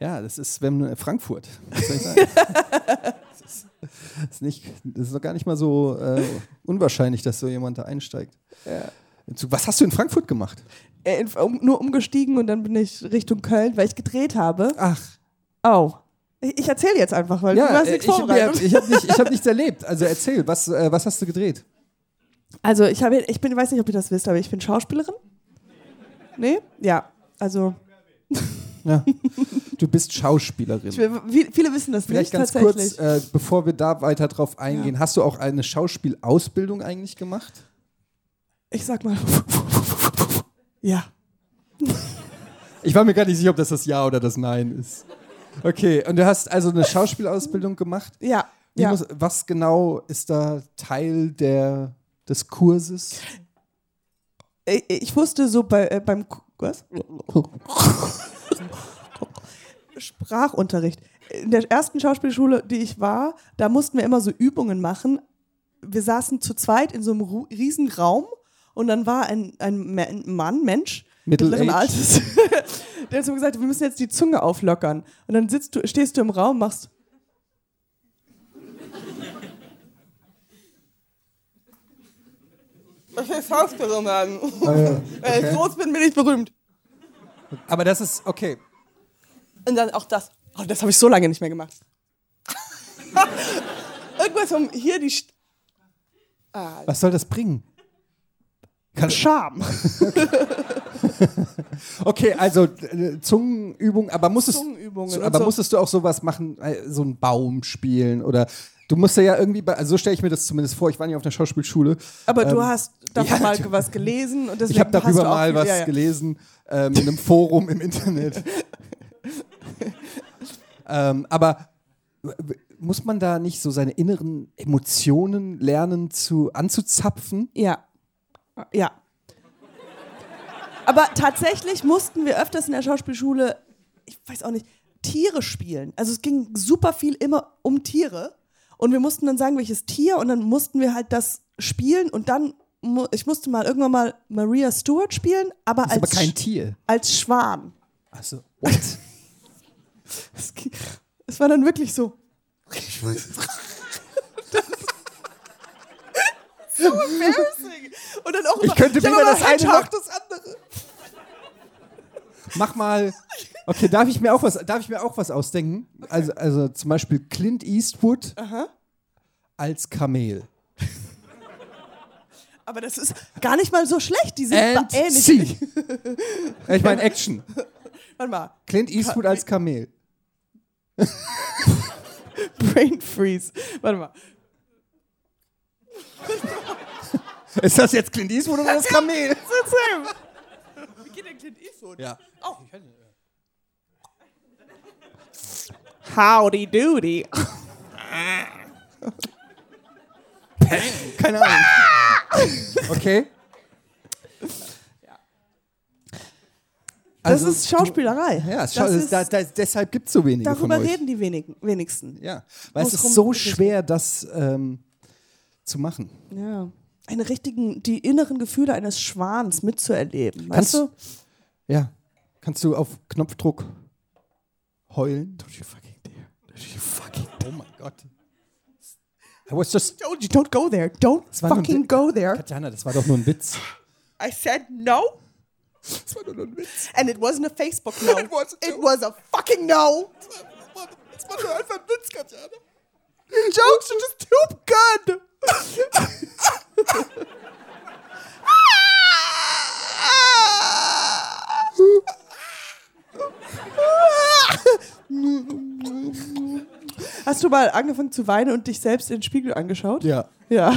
Speaker 1: Ja, das ist wenn Frankfurt. Was soll ich sagen? das, ist, das, ist nicht, das ist noch gar nicht mal so äh, unwahrscheinlich, dass so jemand da einsteigt. Zu- Was hast du in Frankfurt gemacht?
Speaker 2: Äh, in- um, nur umgestiegen und dann bin ich Richtung Köln, weil ich gedreht habe.
Speaker 1: Ach,
Speaker 2: Oh. Ich, ich erzähle jetzt einfach, weil du hast
Speaker 1: äh,
Speaker 2: nichts
Speaker 1: ich, ich,
Speaker 2: vorbereitet.
Speaker 1: ich habe nicht, ich hab nichts erlebt. Also erzähl, was, äh, was hast du gedreht?
Speaker 2: Also ich habe, ich bin, weiß nicht, ob ihr das wisst, aber ich bin Schauspielerin. Nee? Ja. Also,
Speaker 1: Ja. Du bist Schauspielerin.
Speaker 2: ich, will- wie- viele wissen das
Speaker 1: Vielleicht ganz
Speaker 2: nicht tatsächlich.
Speaker 1: kurz, äh, bevor wir da weiter drauf eingehen, hast du auch eine Schauspielausbildung eigentlich gemacht? äh-
Speaker 2: Ich sag mal. Ja.
Speaker 1: Ich war mir gar nicht sicher, ob das das Ja oder das Nein ist. Okay, und du hast also eine Schauspielausbildung gemacht.
Speaker 2: Ja.
Speaker 1: Wie
Speaker 2: ja.
Speaker 1: muss, was genau ist da Teil der, des Kurses?
Speaker 2: Ich, ich wusste so bei, äh, beim. K- Was? Sprachunterricht. In der ersten Schauspielschule, die ich war, da mussten wir immer so Übungen machen. Wir saßen zu zweit in so einem Ru riesen Raum und dann war ein, ein, Ma- ein Mann, Mensch,
Speaker 1: Middle
Speaker 2: mittleren
Speaker 1: age.
Speaker 2: Alters, der hat so gesagt, wir müssen jetzt die Zunge auflockern. Und dann sitzt du, stehst du im Raum, machst Ich will Schauspielerin werden.
Speaker 1: Ah
Speaker 2: Wenn ich groß bin, bin ich berühmt.
Speaker 1: Aber das ist, okay.
Speaker 2: Und dann auch das. Oh, das habe ich so lange nicht mehr gemacht. Irgendwas um hier die St
Speaker 1: Was soll das bringen?
Speaker 2: Scham.
Speaker 1: Okay, also äh, Zungenübung, aber musstest,
Speaker 2: Zungenübungen
Speaker 1: so,
Speaker 2: und
Speaker 1: aber
Speaker 2: so.
Speaker 1: musstest du auch sowas machen, äh, so einen Baum spielen oder du musst ja irgendwie, bei, also so stelle ich mir das zumindest vor, ich war nicht auf einer Schauspielschule.
Speaker 2: Aber
Speaker 1: Ähm,
Speaker 2: du hast davon
Speaker 1: ja,
Speaker 2: mal
Speaker 1: natürlich.
Speaker 2: was gelesen und deswegen
Speaker 1: Ich habe
Speaker 2: hast
Speaker 1: darüber
Speaker 2: du auch
Speaker 1: mal
Speaker 2: viel-
Speaker 1: was
Speaker 2: ja, ja.
Speaker 1: gelesen ähm, in einem Forum im Internet. ähm, aber w- w- muss man da nicht so seine inneren Emotionen lernen zu anzuzapfen?
Speaker 2: Ja. Ja. Aber tatsächlich mussten wir öfters in der Schauspielschule, ich weiß auch nicht, Tiere spielen. Also es ging super viel immer um Tiere. Und wir mussten dann sagen, welches Tier. Und dann mussten wir halt das spielen. Und dann, mu- ich musste mal irgendwann mal Maria Stewart spielen, aber,
Speaker 1: Das
Speaker 2: als,
Speaker 1: ist aber kein
Speaker 2: Sch-
Speaker 1: Tier.
Speaker 2: als Schwan.
Speaker 1: Also what?
Speaker 2: Es, ging- es war dann wirklich so. Das ist so embarrassing. Und dann auch
Speaker 1: Ich
Speaker 2: immer,
Speaker 1: könnte
Speaker 2: hab
Speaker 1: weder
Speaker 2: immer
Speaker 1: das eine
Speaker 2: Hedgehog
Speaker 1: noch das andere. Mach mal. Okay, darf ich mir auch was, darf ich mir auch was ausdenken? Also, also zum Beispiel Clint Eastwood als Kamel.
Speaker 2: Aber das ist gar nicht mal so schlecht. Die sind
Speaker 1: And
Speaker 2: ba- ähnlich.
Speaker 1: C. Ja, ich meine Action.
Speaker 2: Warte mal.
Speaker 1: Clint Eastwood als Kamel.
Speaker 2: Brain Freeze. Warte mal.
Speaker 1: Ist das jetzt Clint Eastwood oder das Kamel?
Speaker 2: Wie geht denn Clint Eastwood?
Speaker 1: Ja.
Speaker 2: Howdy doody.
Speaker 1: Keine Ahnung. Okay.
Speaker 2: Das
Speaker 1: Also,
Speaker 2: ist Schauspielerei.
Speaker 1: Ja, es
Speaker 2: Das
Speaker 1: scha-
Speaker 2: ist-
Speaker 1: da, da, deshalb gibt es so wenige von
Speaker 2: darüber
Speaker 1: euch.
Speaker 2: reden die wenigen, wenigsten.
Speaker 1: Ja, weil es
Speaker 2: Muss
Speaker 1: ist so
Speaker 2: rum-
Speaker 1: schwer, das ähm, zu machen.
Speaker 2: Ja. Eine richtigen, die inneren Gefühle eines Schwans mitzuerleben.
Speaker 1: Kannst
Speaker 2: weißt du?
Speaker 1: Ja. Kannst du auf Knopfdruck heulen? Don't you fucking dare. Don't you fucking Oh mein Gott. I was just.
Speaker 2: Don't, Oh, don't go there. Don't
Speaker 1: war nur ein
Speaker 2: fucking
Speaker 1: Witz.
Speaker 2: go there.
Speaker 1: Katjana, das war doch nur ein Witz.
Speaker 2: I said no.
Speaker 1: Das war doch nur ein Witz.
Speaker 2: And it wasn't a Facebook no.
Speaker 1: It was a joke.
Speaker 2: was a fucking no.
Speaker 1: Das war doch einfach ein Witz, Katjana.
Speaker 2: Jokes are just too good. Hast Hast du mal angefangen zu weinen und dich selbst in den Spiegel angeschaut?
Speaker 1: Ja.
Speaker 2: Ja.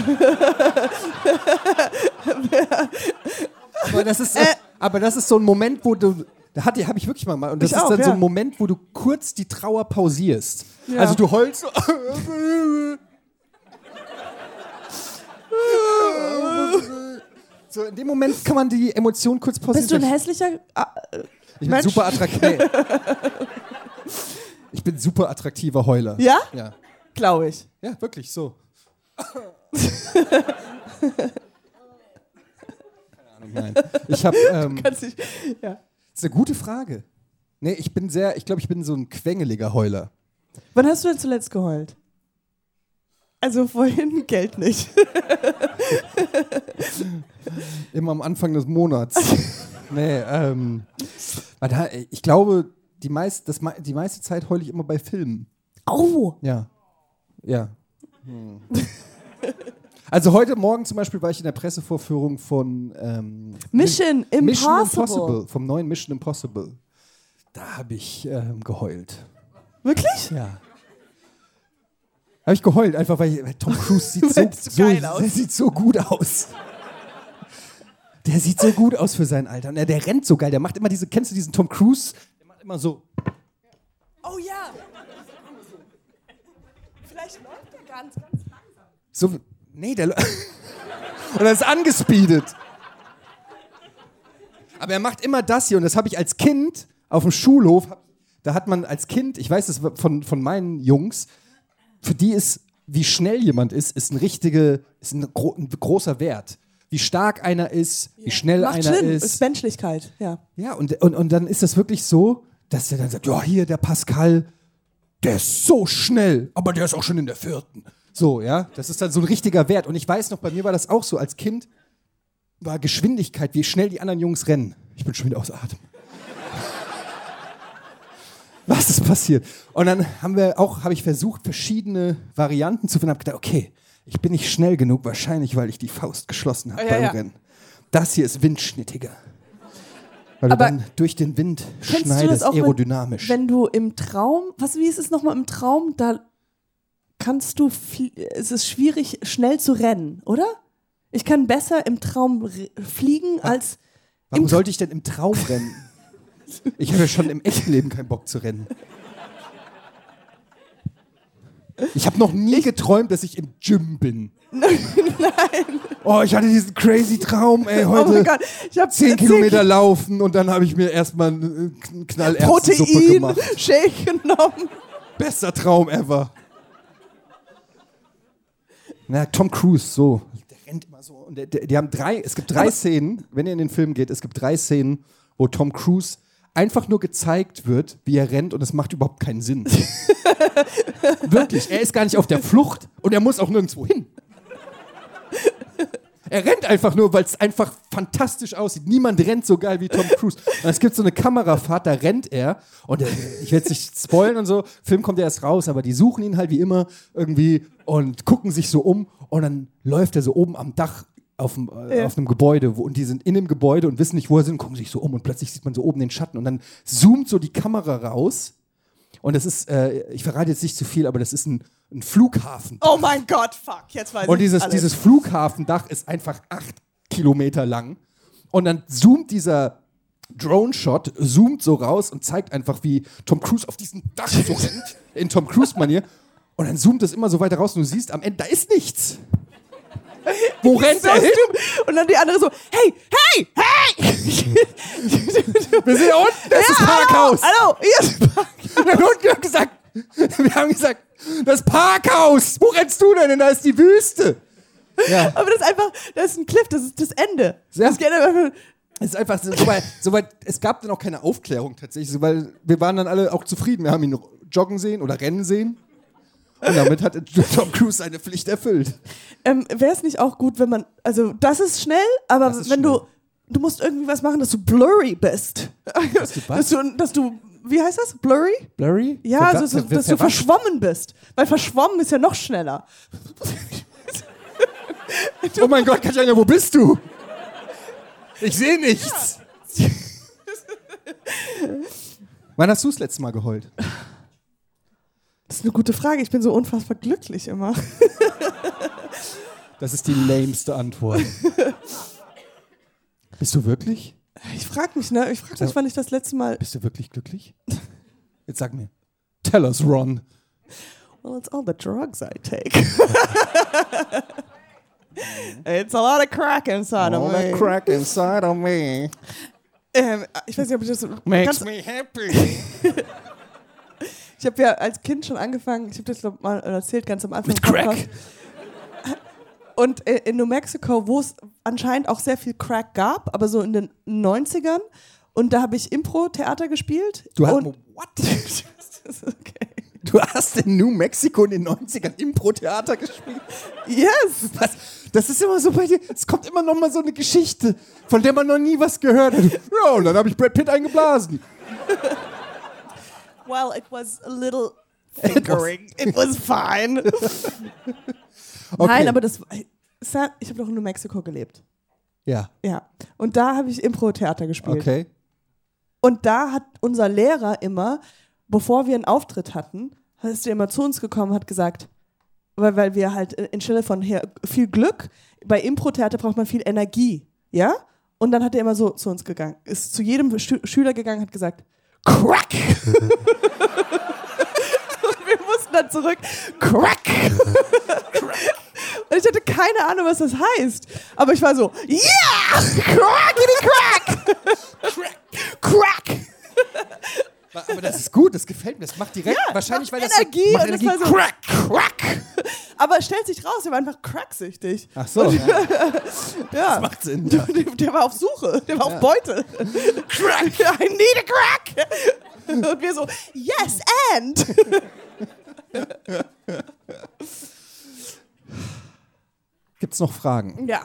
Speaker 1: Aber das ist,
Speaker 2: Äh.
Speaker 1: aber das ist so ein Moment, wo du. Da hatte, habe ich wirklich mal. Und das
Speaker 2: Ich
Speaker 1: ist
Speaker 2: auch,
Speaker 1: dann so
Speaker 2: ja.
Speaker 1: ein Moment, wo du kurz die Trauer pausierst.
Speaker 2: Ja.
Speaker 1: Also du heulst. so, so, in dem Moment kann man die Emotion kurz
Speaker 2: Bist du
Speaker 1: pausieren.
Speaker 2: ein hässlicher. Ah, äh,
Speaker 1: ich bin
Speaker 2: Mensch?
Speaker 1: super attraktiv. ich bin super attraktiver Heuler.
Speaker 2: Ja?
Speaker 1: Ja,
Speaker 2: Glaube ich.
Speaker 1: ja wirklich so. Keine Ahnung, nein. Ich habe. Ähm,
Speaker 2: Kannst dich- ja.
Speaker 1: Das ist eine gute Frage. Nee, ich bin sehr, ich glaube, ich bin so ein quengeliger Heuler.
Speaker 2: Wann hast du denn zuletzt geheult? Also vorhin Geld nicht.
Speaker 1: Immer am Anfang des Monats. nee, ähm. aber Da, ich glaube, die, meist, das, mei- die meiste Zeit heule ich immer bei Filmen.
Speaker 2: Oh.
Speaker 1: Ja. Ja. Hm. Also heute Morgen zum Beispiel war ich in der Pressevorführung von ähm,
Speaker 2: Mission Impossible.
Speaker 1: Mission Impossible, vom neuen Mission Impossible. Da habe ich ähm, geheult.
Speaker 2: Wirklich?
Speaker 1: Ja. Habe ich geheult, einfach weil, ich, weil Tom Cruise sieht so,
Speaker 2: Weil's so
Speaker 1: so,
Speaker 2: geil aus.
Speaker 1: der sieht so gut aus. Der sieht so gut aus für sein Alter. Und der, der rennt so geil. Der macht immer diese, kennst du diesen Tom Cruise? Der macht immer so.
Speaker 2: Oh ja. Vielleicht läuft der ganz, ganz
Speaker 1: so nee, der. Und er ist angespeedet. Aber er macht immer das hier. Und das habe ich als Kind auf dem Schulhof. hab- Da hat man als Kind, ich weiß es von, von meinen Jungs, für die ist, wie schnell jemand ist, ist ein richtige, ist ein, gro ein großer Wert. Wie stark einer ist, wie schnell
Speaker 2: Macht
Speaker 1: einer
Speaker 2: Sinn.
Speaker 1: ist.
Speaker 2: Ist Menschlichkeit, ja.
Speaker 1: Ja, und, und, und dann ist das wirklich so, dass der dann sagt, ja, hier, der Pascal, der ist so schnell, aber der ist auch schon in der vierten. So, ja, das ist dann so ein richtiger Wert. Und ich weiß noch, bei mir war das auch so, als Kind war Geschwindigkeit, wie schnell die anderen Jungs rennen. Ich bin schon wieder aus Atem. Was ist passiert? Und dann haben wir auch, habe ich versucht, verschiedene Varianten zu finden. Habe gedacht, okay, ich bin nicht schnell genug, wahrscheinlich, weil ich die Faust geschlossen habe
Speaker 2: Ja,
Speaker 1: beim
Speaker 2: ja.
Speaker 1: Rennen. Das hier ist windschnittiger. Weil
Speaker 2: Aber
Speaker 1: du dann durch den Wind
Speaker 2: Kennst du das
Speaker 1: schneidest,
Speaker 2: auch, wenn-
Speaker 1: aerodynamisch.
Speaker 2: Wenn du im Traum, was wie ist es nochmal im Traum, da kannst du, flie- es ist schwierig, schnell zu rennen, oder? Ich kann besser im Traum re- fliegen als
Speaker 1: Warum
Speaker 2: im-
Speaker 1: sollte ich denn im Traum rennen? Ich habe ja schon im echten Leben keinen Bock zu rennen. Ich habe noch nie geträumt, dass ich im Gym bin. Nein. Oh, ich hatte diesen crazy Traum, ey,
Speaker 2: Oh mein
Speaker 1: heute
Speaker 2: Gott, ich habe
Speaker 1: 10 Kilometer laufen und dann habe ich mir erstmal einen äh, Knall Erbsensuppe
Speaker 2: Protein
Speaker 1: gemacht.
Speaker 2: Shake genommen.
Speaker 1: Bester Traum ever. Na, Tom Cruise, so. Der rennt immer so. Und der, der, die haben drei, es gibt drei Szenen, wenn ihr in den Film geht, es gibt drei Szenen, wo Tom Cruise einfach nur gezeigt wird, wie er rennt und es macht überhaupt keinen Sinn. Wirklich, er ist gar nicht auf der Flucht und er muss auch nirgendwo hin. Er rennt einfach nur, weil es einfach fantastisch aussieht. Niemand rennt so geil wie Tom Cruise. Und es gibt so eine Kamerafahrt, da rennt er. Und er, ich will jetzt nicht spoilen und so. Film kommt ja erst raus, aber die suchen ihn halt wie immer irgendwie und gucken sich so um. Und dann läuft er so oben am Dach auf, dem, äh,
Speaker 2: Ja.
Speaker 1: auf einem Gebäude. Wo, und die sind in dem Gebäude und wissen nicht, wo er sind, gucken sich so um. Und plötzlich sieht man so oben den Schatten. Und dann zoomt so die Kamera raus. Und das ist, äh, ich verrate jetzt nicht zu viel, aber das ist ein, ein Flughafen.
Speaker 2: Oh mein Gott, fuck, jetzt weiß
Speaker 1: Und
Speaker 2: ich
Speaker 1: dieses,
Speaker 2: alles.
Speaker 1: dieses Flughafendach ist einfach acht Kilometer lang. Und dann zoomt dieser Drone-Shot, zoomt so raus und zeigt einfach, wie Tom Cruise auf diesem Dach so rennt, in Tom Cruise-Manier. Und dann zoomt es immer so weiter raus und du siehst am Ende, da ist nichts. Wo rennt
Speaker 2: so
Speaker 1: er hin?
Speaker 2: stupid. Und dann die andere so, hey, hey, hey!
Speaker 1: Wir sind ja unten, das ist Parkhaus.
Speaker 2: Hallo, hier ist Park.
Speaker 1: Und dann unten haben wir gesagt, wir haben gesagt, das Parkhaus. Wo rennst du denn? denn? Da ist die Wüste. Ja.
Speaker 2: Aber das ist einfach, das ist ein Cliff, das ist das Ende.
Speaker 1: Ja.
Speaker 2: Das geht einfach,
Speaker 1: Es ist einfach so, so weit, so weit, es gab dann auch keine Aufklärung tatsächlich, so, weil wir waren dann alle auch zufrieden. Wir haben ihn joggen sehen oder rennen sehen. Und damit hat Tom Cruise seine Pflicht erfüllt.
Speaker 2: ähm, wäre es nicht auch gut, wenn man, also das ist schnell, aber
Speaker 1: ist schnell.
Speaker 2: wenn du, du musst irgendwie was machen, dass du blurry bist. Dass
Speaker 1: du
Speaker 2: Dass
Speaker 1: was?
Speaker 2: du, dass du wie heißt das? Blurry?
Speaker 1: Blurry?
Speaker 2: Ja, so, so, dass du verschwommen bist. Weil verschwommen ist ja noch schneller.
Speaker 1: Oh mein Gott, Katjana, wo bist du? Ich sehe nichts. Wann hast du das letzte Mal geheult?
Speaker 2: Das ist eine gute Frage. Ich bin so unfassbar glücklich immer.
Speaker 1: Das ist die lämste Antwort. Bist du wirklich?
Speaker 2: Ich frage mich, ne? Ich frage mich, wann ich das letzte Mal.
Speaker 1: Bist du wirklich glücklich? Jetzt sag mir. Tell us, Ron.
Speaker 2: Well, it's all the drugs I take. it's a lot of crack inside of me.
Speaker 1: crack inside of me
Speaker 2: Ähm, ich weiß nicht, ob ich das so
Speaker 1: makes
Speaker 2: ganz,
Speaker 1: me happy.
Speaker 2: Ich habe ja als Kind schon angefangen, ich habe das glaub, mal erzählt ganz am Anfang.
Speaker 1: Mit
Speaker 2: im Podcast.
Speaker 1: Crack.
Speaker 2: Und äh, in New Mexico, wo es anscheinend auch sehr viel Crack gab, aber so in den 90ern. Und da habe ich Impro-Theater gespielt.
Speaker 1: Du hast-
Speaker 2: und What? das ist okay.
Speaker 1: Du hast in New Mexico in den 90ern Impro-Theater gespielt.
Speaker 2: Yes!
Speaker 1: Was? Das ist immer so bei dir. Es kommt immer noch mal so eine Geschichte, von der man noch nie was gehört hat. Ja, und dann habe ich Brad Pitt eingeblasen.
Speaker 2: Well, it was a little fingering. It was fine.
Speaker 1: Okay.
Speaker 2: Nein, aber das. Sam, ich habe doch in New Mexico gelebt.
Speaker 1: Ja,
Speaker 2: Ja. Und da habe ich Impro-Theater gespielt.
Speaker 1: okay.
Speaker 2: Und da hat unser Lehrer immer, bevor wir einen Auftritt hatten, ist er immer zu uns gekommen, hat gesagt, weil, weil wir halt äh, anstelle von her, viel Glück, bei Impro-Theater braucht man viel Energie, ja? Und dann hat er immer so zu uns gegangen, ist zu jedem Schü Schüler gegangen, hat gesagt, Crack! Und wir mussten dann zurück, Crack! Und ich hatte keine Ahnung, was das heißt. Aber ich war so, yeah! Crackity crack! Crack! Crack!
Speaker 1: Aber das ist gut, das gefällt mir. Das macht direkt
Speaker 2: Ja,
Speaker 1: wahrscheinlich, weil
Speaker 2: macht
Speaker 1: das so-
Speaker 2: Energie
Speaker 1: macht
Speaker 2: und das
Speaker 1: Energie.
Speaker 2: war so-
Speaker 1: Crack, crack.
Speaker 2: Aber es stellt sich raus, er war einfach cracksüchtig.
Speaker 1: Ach so, ja.
Speaker 2: Ja.
Speaker 1: macht Sinn.
Speaker 2: Der, der war auf Suche, der war auf Beute. Crack! I need a crack! Und wir so, yes and!
Speaker 1: Gibt's noch Fragen?
Speaker 2: Ja,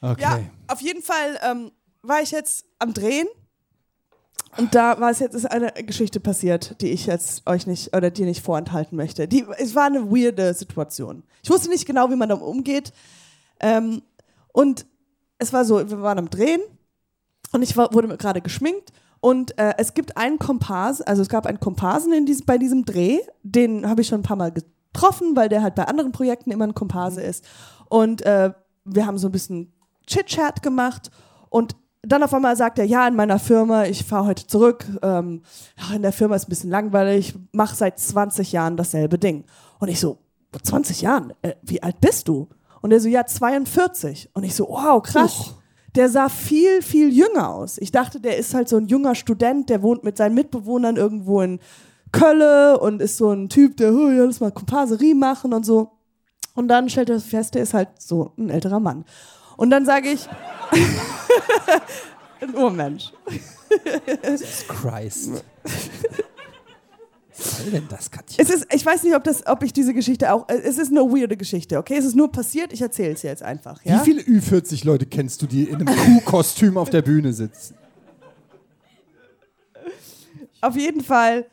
Speaker 1: Okay.
Speaker 2: ja auf jeden Fall ähm, war ich jetzt am Drehen und da war es jetzt ist eine Geschichte passiert, die ich jetzt euch nicht oder dir nicht vorenthalten möchte. Die, es war eine weirde Situation. Ich wusste nicht genau, wie man damit umgeht. Ähm, und es war so, wir waren am Drehen und ich war, wurde gerade geschminkt und äh, es gibt einen Komparsen, also es gab einen Komparsen in diesem, bei diesem Dreh, den habe ich schon ein paar Mal getroffen, weil der halt bei anderen Projekten immer ein Komparse ist. Und äh, wir haben so ein bisschen Chit-Chat gemacht und dann auf einmal sagt er, ja, in meiner Firma, ich fahre heute zurück, ähm, ach, in der Firma ist ein bisschen langweilig, mach seit 20 Jahren dasselbe Ding. Und ich so, 20 Jahren, äh, wie alt bist du? Und er so, ja, 42. Und ich so, wow, krass. Der sah viel, viel jünger aus. Ich dachte, der ist halt so ein junger Student, der wohnt mit seinen Mitbewohnern irgendwo in Kölle und ist so ein Typ, der, oh, ja, lass mal Komparserie machen und so. Und dann stellt er fest, der ist halt so ein älterer Mann. Und dann sage ich, oh, ein Urmensch.
Speaker 1: Christ. Was soll denn das, Katja?
Speaker 2: Es ist, ich weiß nicht, ob, das, ob ich diese Geschichte auch, es ist eine weirde Geschichte, okay? Es ist nur passiert, ich erzähle es jetzt einfach, ja?
Speaker 1: Wie viele Ü40-Leute kennst du, die in einem Kuhkostüm auf der Bühne sitzen?
Speaker 2: Auf jeden Fall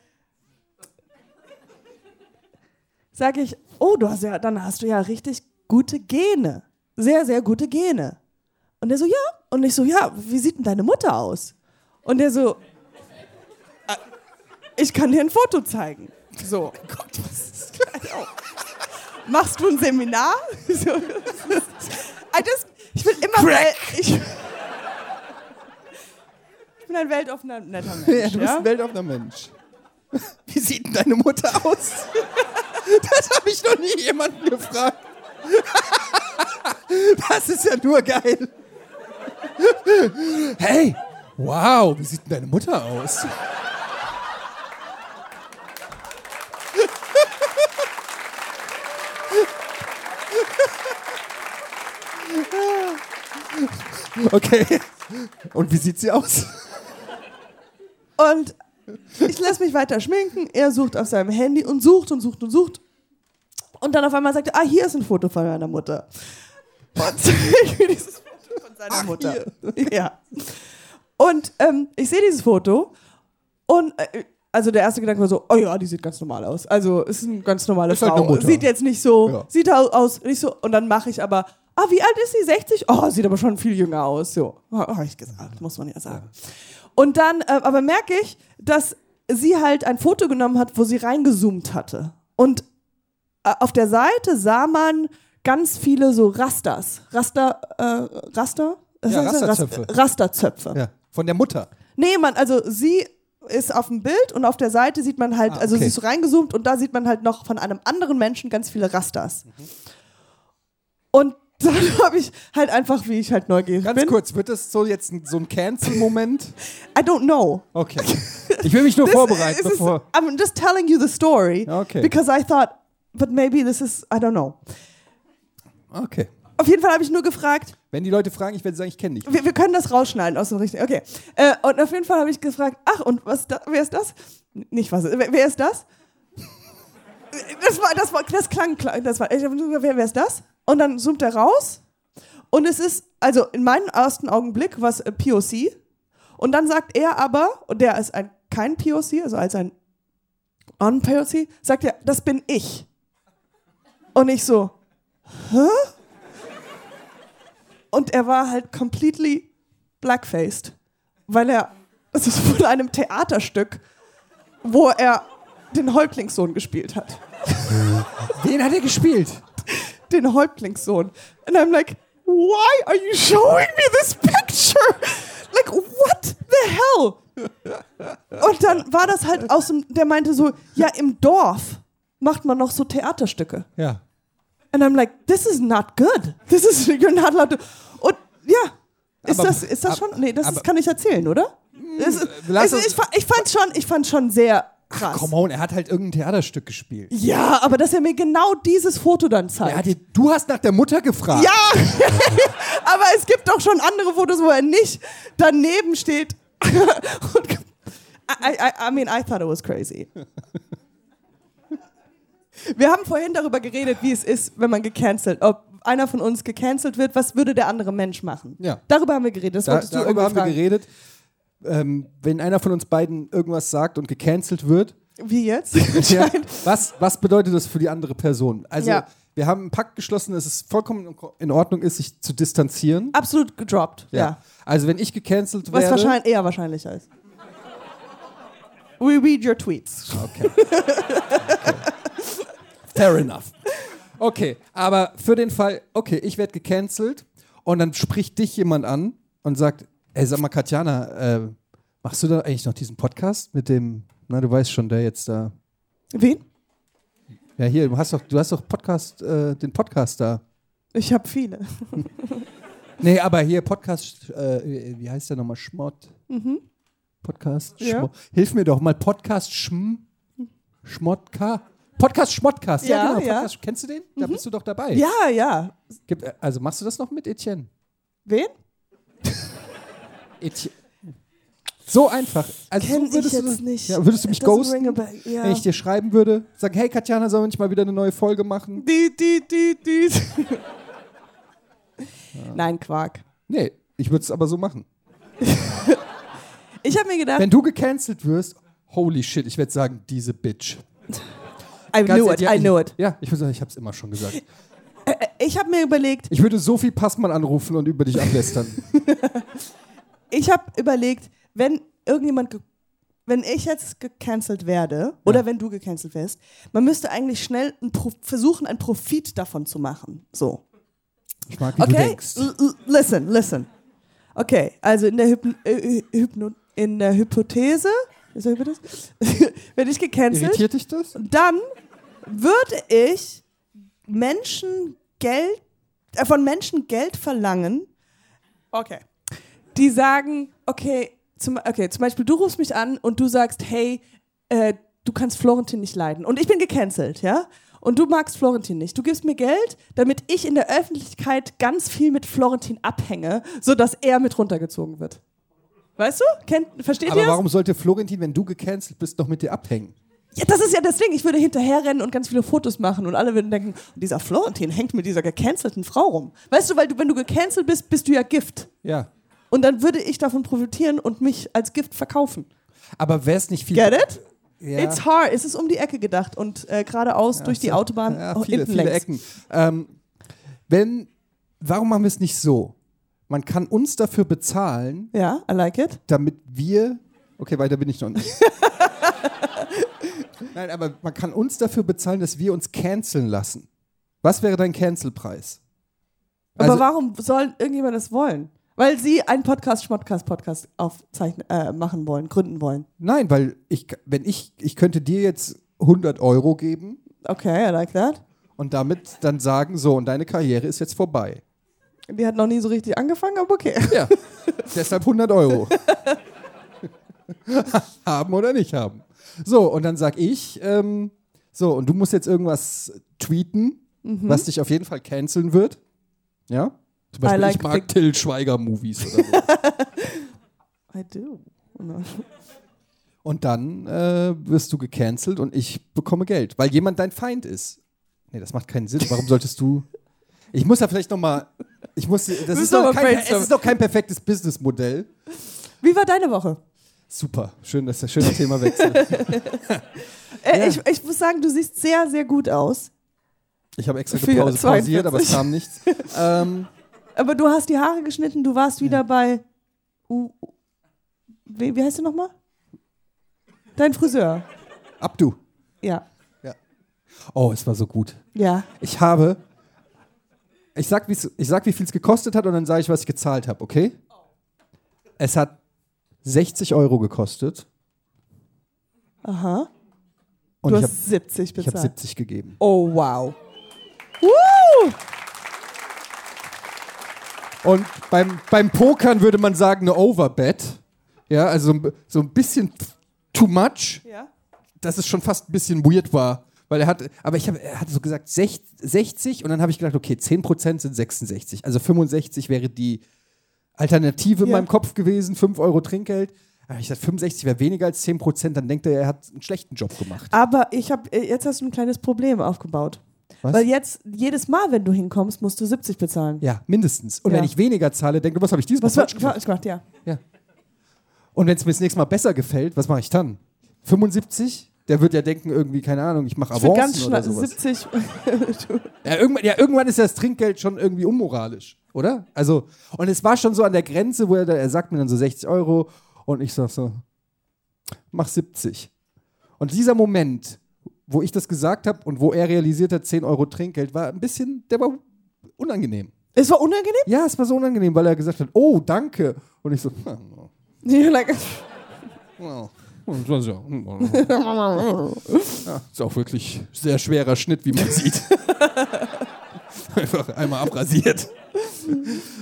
Speaker 2: sage ich, oh, du hast ja, dann hast du ja richtig gute Gene. Sehr, sehr gute Gene. Und der so, ja. Und ich so, ja, wie sieht denn deine Mutter aus? Und der so, "Ah, ich kann dir ein Foto zeigen. So.
Speaker 1: Oh
Speaker 2: Gott, was ist Machst du ein Seminar? So. I just, ich bin immer wel- ich, ich bin ein weltoffener, netter Mensch.
Speaker 1: Ja, du bist
Speaker 2: ja?
Speaker 1: ein weltoffener Mensch. Wie sieht denn deine Mutter aus? Das habe ich noch nie jemanden gefragt. Das ist ja nur geil. Hey, wow, wie sieht denn deine Mutter aus? Okay. Und wie sieht sie aus?
Speaker 2: Und ich lasse mich weiter schminken. Er sucht auf seinem Handy und sucht und sucht und sucht. Und dann auf einmal sagt er, ah, hier ist ein Foto von meiner Mutter. Und ich will dieses Foto von seiner Mutter. Ja. Und ähm, ich sehe dieses Foto und äh, also der erste Gedanke war so, oh ja, die sieht ganz normal aus. Also ist eine ganz normale
Speaker 1: halt
Speaker 2: Frau.
Speaker 1: eine Mutter.
Speaker 2: sieht jetzt nicht so,
Speaker 1: Ja.
Speaker 2: sieht au- aus, nicht so. Und dann mache ich aber, ah, wie alt ist sie? 60? Oh, sieht aber schon viel jünger oh, aus. So, habe ich gesagt, muss man ja sagen. Und dann äh, aber merke ich, dass sie halt ein Foto genommen hat, wo sie reingezoomt hatte. Und äh, auf der Seite sah man ganz viele so Rasters. Raster, äh, Raster? Was
Speaker 1: Ja,
Speaker 2: heißt das? Ras-
Speaker 1: Rasterzöpfe.
Speaker 2: Rasterzöpfe.
Speaker 1: Ja. Von der Mutter.
Speaker 2: Nee, man, also sie ist auf dem Bild und auf der Seite sieht man halt,
Speaker 1: Ah,
Speaker 2: also
Speaker 1: okay.
Speaker 2: sie ist so reingezoomt und da sieht man halt noch von einem anderen Menschen ganz viele Rasters.
Speaker 1: Mhm.
Speaker 2: Und dann habe ich halt einfach, wie ich halt neugierig
Speaker 1: Ganz
Speaker 2: bin.
Speaker 1: kurz, wird das so jetzt ein- so ein Cancel-Moment?
Speaker 2: I don't know.
Speaker 1: Okay.
Speaker 4: Ich will mich nur vorbereiten,
Speaker 2: This is-
Speaker 4: bevor.
Speaker 2: I'm just telling you the story.
Speaker 1: Okay.
Speaker 2: Because I thought, but maybe this is, I don't know.
Speaker 1: Okay.
Speaker 2: Auf jeden Fall habe ich nur gefragt,
Speaker 1: Wenn die Leute fragen, ich werde sagen, ich kenne dich.
Speaker 2: wir, wir können das rausschneiden aus dem richtigen. Okay. Äh, und auf jeden Fall habe ich gefragt, ach, und was da, wer ist das? N- Nicht was, wer, wer ist das? Das war, das war, das klang, klar- das war, ich hab nur gesagt, wer, wer ist das? Und dann zoomt er raus und es ist, also in meinem ersten Augenblick was äh, POC und dann sagt er aber, und der ist ein, kein POC, also als ein On-POC, sagt er, das bin ich. Und ich so, Und er war halt completely blackfaced, weil er, es ist von einem Theaterstück, wo er den Häuptlingssohn gespielt hat.
Speaker 1: Wen hat er gespielt?
Speaker 2: Den Häuptlingssohn. And I'm like, why are you showing me this picture? Like, what the hell? Und dann war das halt aus dem, der meinte so, ja, im Dorf macht man noch so Theaterstücke.
Speaker 1: Ja.
Speaker 2: And I'm like, this is not good. This is, you're not allowed to. Und ja, ist
Speaker 1: Aber-
Speaker 2: das, ist das
Speaker 1: ab-
Speaker 2: schon? Nee, das
Speaker 1: aber- Hm,
Speaker 2: ist, kann ich erzählen, oder? Es,
Speaker 1: lass
Speaker 2: es,
Speaker 1: uns-
Speaker 2: ich, fa- ich fand schon, ich fand schon sehr krass.
Speaker 1: Come on, er hat halt irgendein Theaterstück gespielt.
Speaker 2: ja, aber dass er mir genau dieses Foto dann zeigt.
Speaker 1: Er hat dir, du hast nach der Mutter gefragt.
Speaker 2: ja, aber es gibt auch schon andere Fotos, wo er nicht daneben steht. Und, I, I, I mean, I thought it was crazy. Wir haben vorhin darüber geredet, wie es ist, wenn man gecancelt, ob einer von uns gecancelt wird, was würde der andere Mensch machen?
Speaker 1: Ja.
Speaker 2: Darüber haben wir geredet. Das
Speaker 1: Da,
Speaker 2: wolltest du
Speaker 1: darüber haben wir
Speaker 2: irgendwie
Speaker 1: geredet. Ähm, wenn einer von uns beiden irgendwas sagt und gecancelt wird,
Speaker 2: fragen. Wie jetzt?
Speaker 1: ja,
Speaker 2: Anscheinend.
Speaker 1: was, was bedeutet das für die andere Person? Also,
Speaker 2: Ja.
Speaker 1: wir haben einen Pakt geschlossen, dass es vollkommen in Ordnung ist, sich zu distanzieren.
Speaker 2: Absolut gedroppt. Ja.
Speaker 1: Also, wenn ich gecancelt
Speaker 2: Was
Speaker 1: werde.
Speaker 2: wahrscheinlich eher wahrscheinlicher ist. We read your tweets.
Speaker 1: Fair enough. Okay, aber für den Fall, okay, ich werde gecancelt und dann spricht dich jemand an und sagt, ey, sag mal, Katjana, äh, machst du da eigentlich noch diesen Podcast mit dem, na, du weißt schon, der jetzt da,
Speaker 2: Wen?
Speaker 1: ja, hier, du hast doch, du hast doch Podcast, äh, den Podcast da.
Speaker 2: Ich habe viele.
Speaker 1: Nee, aber hier Podcast, äh, wie heißt der nochmal, Schmott? Podcast,
Speaker 2: Mhm. Ja.
Speaker 1: Schmott. Hilf mir doch mal, Podcast Schm, Schmottka? Podcast Schmottkast, ja,
Speaker 2: Ja,
Speaker 1: genau.
Speaker 2: ja. Mhm.
Speaker 1: Podcast, Kennst du den? Da bist du doch dabei.
Speaker 2: Ja, ja.
Speaker 1: Gibt, äh, also machst du das noch mit, Etienne?
Speaker 2: Wen?
Speaker 1: Etienne. So einfach. Also
Speaker 2: Kenn
Speaker 1: so würdest
Speaker 2: ich
Speaker 1: du
Speaker 2: jetzt
Speaker 1: das,
Speaker 2: nicht.
Speaker 1: Ja, würdest du mich
Speaker 2: It doesn't ring a
Speaker 1: ghosten,
Speaker 2: bell, ja.
Speaker 1: wenn ich dir schreiben würde? Sagen, hey Katjana, sollen wir nicht mal wieder eine neue Folge machen?
Speaker 2: Die, die, die, die. Nein, Quark.
Speaker 1: Nee, ich würde es aber so machen.
Speaker 2: Ich habe mir gedacht,
Speaker 1: Wenn du gecancelt wirst, holy shit, ich werde sagen, diese Bitch.
Speaker 2: I
Speaker 1: Ganz
Speaker 2: knew
Speaker 1: ehrlich,
Speaker 2: it,
Speaker 1: ja,
Speaker 2: I knew it.
Speaker 1: Ich, ja, ich würde sagen, ich habe es immer schon gesagt.
Speaker 2: Ich habe mir überlegt,
Speaker 1: Ich würde Sophie Passmann anrufen und über dich ablästern.
Speaker 2: ich habe überlegt, wenn irgendjemand, ge- wenn ich jetzt gecancelt werde oder wenn du gecancelt wirst, man müsste eigentlich schnell ein Pro versuchen, einen Profit davon zu machen. So.
Speaker 1: Ich mag, wie du
Speaker 2: Okay?
Speaker 1: denkst.
Speaker 2: L- l- Listen, listen. Okay, also in der, Hypno äh, äh, Hypno in der Hypothese, ist das Hypothese? wenn ich gecancelt,
Speaker 1: Irritiert dich das?
Speaker 2: dann würde ich Menschen Geld, äh, von Menschen Geld verlangen, okay, die sagen, okay zum, okay, zum Beispiel du rufst mich an und du sagst, hey, äh, du kannst Florentin nicht leiden und ich bin gecancelt, ja? Und du magst Florentin nicht. Du gibst mir Geld, damit ich in der Öffentlichkeit ganz viel mit Florentin abhänge, sodass er mit runtergezogen wird. Weißt du? Kennt, versteht ihr
Speaker 1: Aber
Speaker 2: das?
Speaker 1: warum sollte Florentin, wenn du gecancelt bist, noch mit dir abhängen?
Speaker 2: Ja, das ist ja das Ding. Ich würde hinterherrennen und ganz viele Fotos machen und alle würden denken, dieser Florentin hängt mit dieser gecancelten Frau rum. Weißt du, weil du, wenn du gecancelt bist, bist du ja Gift.
Speaker 1: Ja.
Speaker 2: Und dann würde ich davon profitieren und mich als Gift verkaufen.
Speaker 1: Aber wäre es nicht viel...
Speaker 2: Get it?
Speaker 1: Ja.
Speaker 2: It's hard. Es ist um die Ecke gedacht und äh, geradeaus durch die Autobahn
Speaker 1: Ja,
Speaker 2: oh,
Speaker 1: viele,
Speaker 2: hinten
Speaker 1: viele
Speaker 2: längs.
Speaker 1: Ecken. Ähm, wenn, warum machen wir es nicht so? Man kann uns dafür bezahlen,
Speaker 2: Ja, I like it.
Speaker 1: damit wir. Okay, weiter bin ich noch nicht. Nein, aber man kann uns dafür bezahlen, dass wir uns canceln lassen. Was wäre dein Cancelpreis?
Speaker 2: Aber
Speaker 1: Also-
Speaker 2: warum soll irgendjemand das wollen? Weil sie einen Podcast, Schmodcast-Podcast aufzeichnen, äh, machen wollen, gründen wollen.
Speaker 1: Nein, weil ich, wenn ich, ich könnte dir jetzt 100 Euro geben
Speaker 2: Okay, I like that.
Speaker 1: und damit dann sagen, so, und deine Karriere ist jetzt vorbei.
Speaker 2: Die hat noch nie so richtig angefangen, aber okay.
Speaker 1: Ja, deshalb 100 Euro. haben oder nicht haben. So, und dann sag ich, ähm, so, und du musst jetzt irgendwas tweeten, was dich auf jeden Fall canceln wird. Ja? Zum Beispiel,
Speaker 2: Mhm. I like
Speaker 1: ich mag Till Schweiger-Movies oder so.
Speaker 2: I do.
Speaker 1: Und dann äh, wirst du gecancelt und ich bekomme Geld, weil jemand dein Feind ist. Nee, das macht keinen Sinn. Warum solltest du. Ich muss da vielleicht nochmal. Ich muss. Das ist
Speaker 2: noch
Speaker 1: doch
Speaker 2: mal
Speaker 1: kein, es
Speaker 2: brainstormen.
Speaker 1: ist doch kein perfektes Businessmodell.
Speaker 2: Wie war deine Woche?
Speaker 1: Super. Schön, dass der schöne Themawechsel.
Speaker 2: Äh, ich, ich muss sagen, du siehst sehr, sehr gut aus.
Speaker 1: Ich habe extra
Speaker 2: Für
Speaker 1: gepause pausiert, aber es
Speaker 2: 42.
Speaker 1: kam nichts. Ähm,
Speaker 2: Aber du hast die Haare geschnitten, du warst wieder bei. U U- wie, wie heißt du nochmal? Dein Friseur.
Speaker 1: Abdu.
Speaker 2: Ja.
Speaker 1: Oh, es war so gut.
Speaker 2: Ja.
Speaker 1: Ich habe. Ich sag, wie's- ich sag wie viel es gekostet hat und dann sage ich, was ich gezahlt habe, okay? Es hat 60 Euro gekostet
Speaker 2: Aha.
Speaker 1: und
Speaker 2: Du
Speaker 1: ich habe
Speaker 2: hast 70
Speaker 1: ich hab
Speaker 2: bezahlt.
Speaker 1: 70 gegeben.
Speaker 2: Oh, wow. Woo!
Speaker 1: Und beim, beim Pokern würde man sagen, eine Overbet. Ja, also so ein- so ein bisschen too much,
Speaker 2: Ja.
Speaker 1: dass es schon fast ein bisschen weird war. Weil er hat, aber ich habe, er hat so gesagt sech- 60 und dann habe ich gedacht, okay, 10% sind 66. Also 65 wäre die Alternative in
Speaker 2: Ja.
Speaker 1: meinem Kopf gewesen, 5 Euro Trinkgeld. Aber ich dachte, 65 wäre weniger als 10%, dann denkt er, er hat einen schlechten Job gemacht.
Speaker 2: Aber ich habe jetzt hast du ein kleines Problem aufgebaut.
Speaker 1: Was?
Speaker 2: Weil jetzt jedes Mal, wenn du hinkommst, musst du 70 bezahlen.
Speaker 1: Ja, mindestens. Und
Speaker 2: Ja.
Speaker 1: wenn ich weniger zahle, denke ich, was habe ich dieses Mal
Speaker 2: Was war
Speaker 1: falsch gemacht?
Speaker 2: falsch gemacht, ja.
Speaker 1: Und wenn es mir das nächste Mal besser gefällt, was mache ich dann? 75? Der wird ja denken, irgendwie, keine Ahnung, ich mache
Speaker 2: Ich will ganz
Speaker 1: Avancen
Speaker 2: schnell
Speaker 1: oder sowas.
Speaker 2: 70.
Speaker 1: Ja irgendwann, ja, irgendwann ist das Trinkgeld schon irgendwie unmoralisch, oder? Also, und es war schon so an der Grenze, wo er, da, er sagt mir dann so 60 Euro und ich sag so, mach 70. Und dieser Moment, wo ich das gesagt habe und wo er realisiert hat, 10 Euro Trinkgeld, war ein bisschen, der war unangenehm.
Speaker 2: es war unangenehm?
Speaker 1: Ja, es war so unangenehm, weil er gesagt hat, oh, danke. Und ich so, oh,
Speaker 2: Ja, like,
Speaker 1: Wow. Und das ist ja- Ja, ist auch wirklich sehr schwerer Schnitt, wie man sieht. Einfach einmal abrasiert.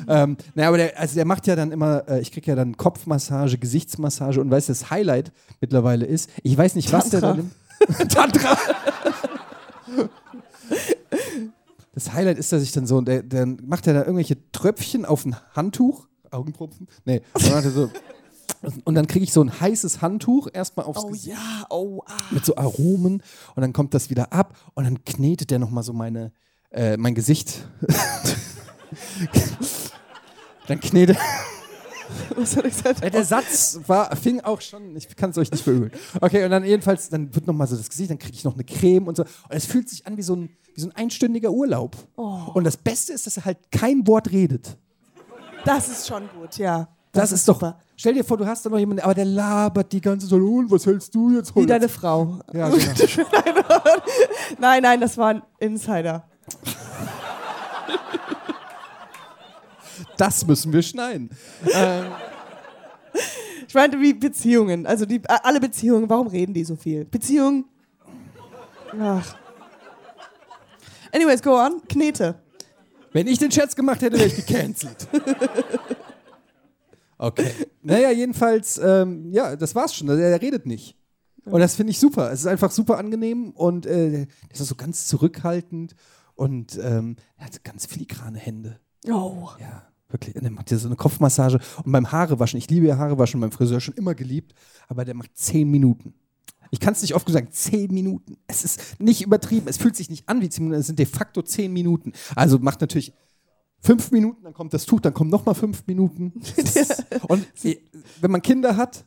Speaker 1: ähm, naja, aber der, also der macht ja dann immer, äh, ich krieg ja dann Kopfmassage, Gesichtsmassage und weißt du, das Highlight mittlerweile ist, ich weiß nicht, was der
Speaker 2: Tantra.
Speaker 1: dann nimmt. Tantra! Das Highlight ist, dass ich dann so, und der, dann macht er da irgendwelche Tröpfchen auf ein Handtuch, Augenpropfen? Nee, dann macht er so, und dann kriege ich so ein heißes Handtuch erstmal aufs
Speaker 2: oh
Speaker 1: Gesicht
Speaker 2: ja, oh ah.
Speaker 1: mit so Aromen und dann kommt das wieder ab und dann knetet der nochmal so meine, äh, mein Gesicht. dann knetet.
Speaker 2: Was hat er gesagt?
Speaker 1: Der Satz war, fing auch schon, ich kann es euch nicht verübeln. Okay, und dann jedenfalls, dann wird nochmal so das Gesicht, dann kriege ich noch eine Creme und so. Und es fühlt sich an wie so ein, wie so ein einstündiger Urlaub.
Speaker 2: Oh.
Speaker 1: Und das Beste ist, dass er halt kein Wort redet.
Speaker 2: Das ist schon gut, ja.
Speaker 1: Das, ist, doch. Stell dir vor, du hast da noch jemanden, aber der labert die ganze Zeit. "Und Was hältst du jetzt
Speaker 2: Wie deine Frau.
Speaker 1: Ja, genau.
Speaker 2: Nein, nein, das war ein Insider.
Speaker 1: Das müssen wir schneiden.
Speaker 2: Ich meinte wie Beziehungen. Also die, alle Beziehungen, warum reden die so viel? Beziehungen. Ach. Anyways, go on. Knete.
Speaker 1: Wenn ich den Scherz gemacht hätte, wäre ich gecancelt. Okay. Naja, jedenfalls, ähm, ja, das war's schon. Also, Er redet nicht. Und das finde ich super. Es ist einfach super angenehm und äh, das ist so ganz zurückhaltend und ähm, er hat ganz filigrane Hände.
Speaker 2: Oh.
Speaker 1: Ja, wirklich. Und er macht dir so eine Kopfmassage und beim Haarewaschen. Ich liebe ja Haarewaschen, beim Friseur schon immer geliebt, aber der macht zehn Minuten. Ich kann es nicht oft genug sagen, zehn Minuten. Es ist nicht übertrieben. Es fühlt sich nicht an wie zehn Minuten. Es sind de facto zehn Minuten. Also macht natürlich fünf Minuten, dann kommt das Tuch, dann kommen nochmal fünf Minuten. Es ist- und äh, wenn man Kinder hat,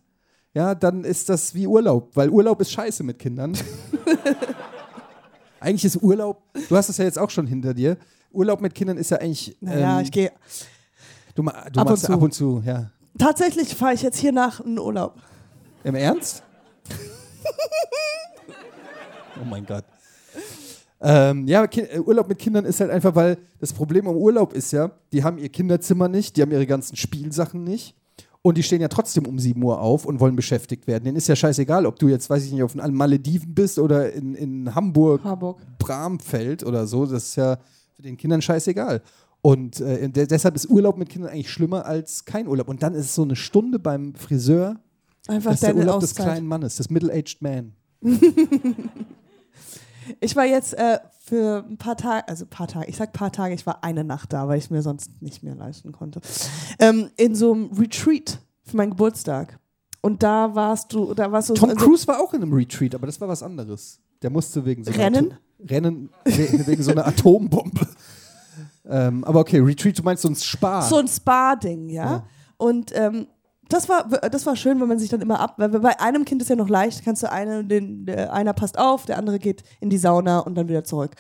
Speaker 1: ja, dann ist das wie Urlaub, weil Urlaub ist scheiße mit Kindern. eigentlich ist Urlaub, du hast es ja jetzt auch schon hinter dir. Urlaub mit Kindern ist ja eigentlich.
Speaker 2: Naja,
Speaker 1: ähm,
Speaker 2: ich gehe.
Speaker 1: Du, ma du
Speaker 2: Ab und
Speaker 1: machst
Speaker 2: zu.
Speaker 1: ab und zu, ja.
Speaker 2: Tatsächlich fahre ich jetzt hier nach in Urlaub.
Speaker 1: Im Ernst? Oh mein Gott. Ähm, ja, Ki- äh, Urlaub mit Kindern ist halt einfach, weil das Problem im Urlaub ist ja, die haben ihr Kinderzimmer nicht, die haben ihre ganzen Spielsachen nicht. Und die stehen ja trotzdem um 7 Uhr auf und wollen beschäftigt werden. Denen ist ja scheißegal, ob du jetzt, weiß ich nicht, auf den Malediven bist oder in, in Hamburg,
Speaker 2: Harburg.
Speaker 1: Bramfeld oder so. Das ist ja für den Kindern scheißegal. Und äh, de deshalb ist Urlaub mit Kindern eigentlich schlimmer als kein Urlaub. Und dann ist es so eine Stunde beim Friseur
Speaker 2: Einfach
Speaker 1: das ist der
Speaker 2: deine
Speaker 1: Urlaub des
Speaker 2: Auszeit.
Speaker 1: kleinen Mannes, des Middle-Aged Man.
Speaker 2: Ich war jetzt äh, für ein paar Tage, also ein paar Tage, ich sag paar Tage, ich war eine Nacht da, weil ich es mir sonst nicht mehr leisten konnte. Ähm, in so einem Retreat für meinen Geburtstag. Und da warst du, da warst du also
Speaker 1: Tom
Speaker 2: so,
Speaker 1: Cruise war auch in einem Retreat, aber das war was anderes. Der musste wegen so einer
Speaker 2: Rennen?
Speaker 1: Atom- Rennen we- wegen so einer Atombombe. ähm, aber okay, Retreat, du meinst so ein Spa.
Speaker 2: so ein Spa-Ding, ja.
Speaker 1: Ja.
Speaker 2: Und ähm, das war, das war schön, wenn man sich dann immer ab, weil bei einem Kind ist ja noch leicht, kannst du einen, den, der, einer passt auf, der andere geht in die Sauna und dann wieder zurück.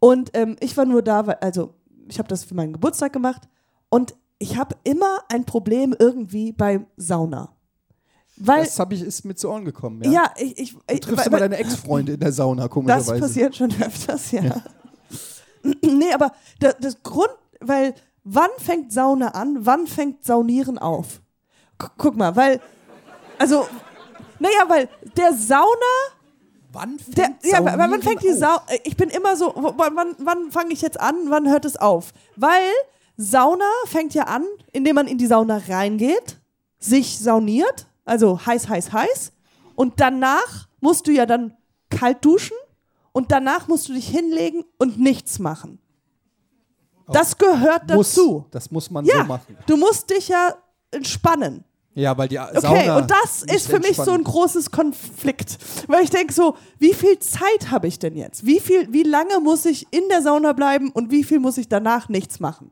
Speaker 2: Und ähm, ich war nur da, weil, also ich habe das für meinen Geburtstag gemacht und ich habe immer ein Problem irgendwie beim Sauna. Weil,
Speaker 1: das hab ich, ist mir zu Ohren gekommen. Ja.
Speaker 2: ja, ich, ich,
Speaker 1: du
Speaker 2: ich
Speaker 1: triffst
Speaker 2: weil-
Speaker 1: immer
Speaker 2: weil-
Speaker 1: deine Ex-Freunde in der Sauna,
Speaker 2: das
Speaker 1: komischerweise.
Speaker 2: passiert schon öfters, ja. nee, aber das, das Grund, weil wann fängt Sauna an, wann fängt Saunieren auf? Gu- guck mal, weil, also, naja, weil der Sauna,
Speaker 1: Wann fängt, Oh,
Speaker 2: der, ja, weil
Speaker 1: Saunieren
Speaker 2: wann fängt die
Speaker 1: auf?
Speaker 2: Sauna, ich bin immer so, w- wann, wann, wann fange ich jetzt an, wann hört es auf? Weil Sauna fängt ja an, indem man in die Sauna reingeht, sich sauniert, also heiß, heiß, heiß, und danach musst du ja dann kalt duschen und danach musst du dich hinlegen und nichts machen. Das gehört
Speaker 1: Oh. Muss,
Speaker 2: dazu.
Speaker 1: Das muss man
Speaker 2: Ja,
Speaker 1: so machen.
Speaker 2: du musst dich ja entspannen.
Speaker 1: Ja, weil die A-
Speaker 2: Okay,
Speaker 1: Sauna
Speaker 2: und das
Speaker 1: nicht
Speaker 2: ist für mich so ein
Speaker 1: entspannen.
Speaker 2: großes Konflikt, weil ich denke so, wie viel Zeit habe ich denn jetzt? Wie viel, wie lange muss ich in der Sauna bleiben und wie viel muss ich danach nichts machen?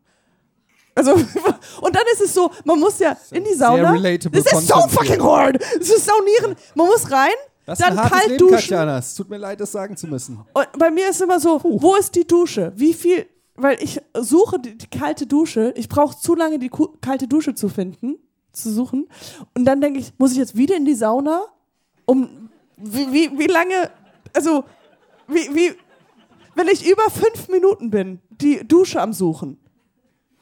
Speaker 2: Also und dann ist es so, man muss ja in die
Speaker 1: sehr
Speaker 2: Sauna.
Speaker 1: relatable
Speaker 2: Das ist so
Speaker 1: Content hier.
Speaker 2: fucking hard. Es ist saunieren. Man muss rein,
Speaker 1: Das ist
Speaker 2: dann
Speaker 1: ein hartes
Speaker 2: kalt
Speaker 1: Leben,
Speaker 2: duschen.
Speaker 1: Katjana. Es tut mir leid, das sagen zu müssen.
Speaker 2: Und bei mir ist immer so, wo ist die Dusche? Wie viel, weil ich suche die, die kalte Dusche, ich brauche zu lange die Ku kalte Dusche zu finden, zu suchen. Und dann denke ich, muss ich jetzt wieder in die Sauna? Um wie, wie, wie lange, also wie, wie, wenn ich über fünf Minuten bin, die Dusche am Suchen,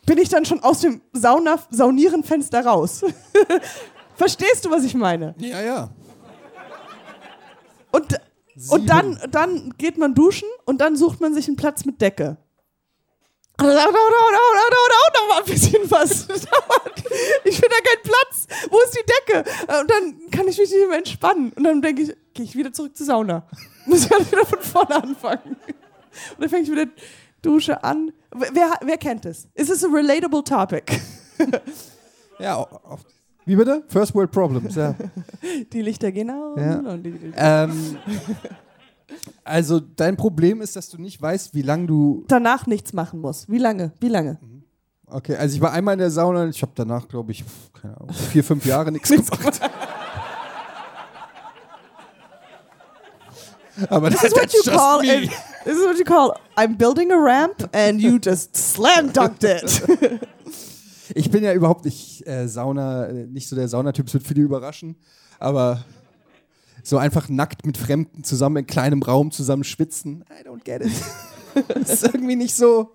Speaker 2: bin ich dann schon aus dem Sauna, Saunierenfenster raus. Verstehst du, was ich meine?
Speaker 1: Ja, ja.
Speaker 2: Und,
Speaker 1: Sieben.
Speaker 2: und dann, dann geht man duschen und dann sucht man sich einen Platz mit Decke. Und dann sagt man, Da war ein bisschen was. Ich finde da keinen Platz. Wo ist die Decke? Äh, Und dann kann ich mich nicht mehr entspannen. Und dann denke ich, gehe ich wieder zurück zur Sauna. Muss ich halt wieder von vorne anfangen. Und dann fange ich wieder Dusche an. Wer- Wer, wer kennt es? Ist es ein relatable topic?
Speaker 1: Ja, au- auf- wie bitte? First World Problems, ja.
Speaker 2: Die Lichter gehen aus.
Speaker 1: Ja.
Speaker 2: Und die,
Speaker 1: ähm, also dein Problem ist, dass du nicht weißt, wie lange du.
Speaker 2: danach nichts machen muss. Wie lange? Wie lange?
Speaker 1: Okay, also ich war einmal in der Sauna und ich habe danach, glaube ich, pf, keine Ahnung, vier, fünf Jahre nichts gemacht. Aber das halt
Speaker 2: This is what you call
Speaker 1: me.
Speaker 2: it. This is what you call. I'm building a ramp, and you just slam dunked it.
Speaker 1: Ich bin ja überhaupt nicht äh, Sauna, äh, nicht so der Saunatyp, es wird viele überraschen, aber so einfach nackt mit Fremden zusammen in kleinem Raum zusammen schwitzen, I don't get it. ist irgendwie nicht so,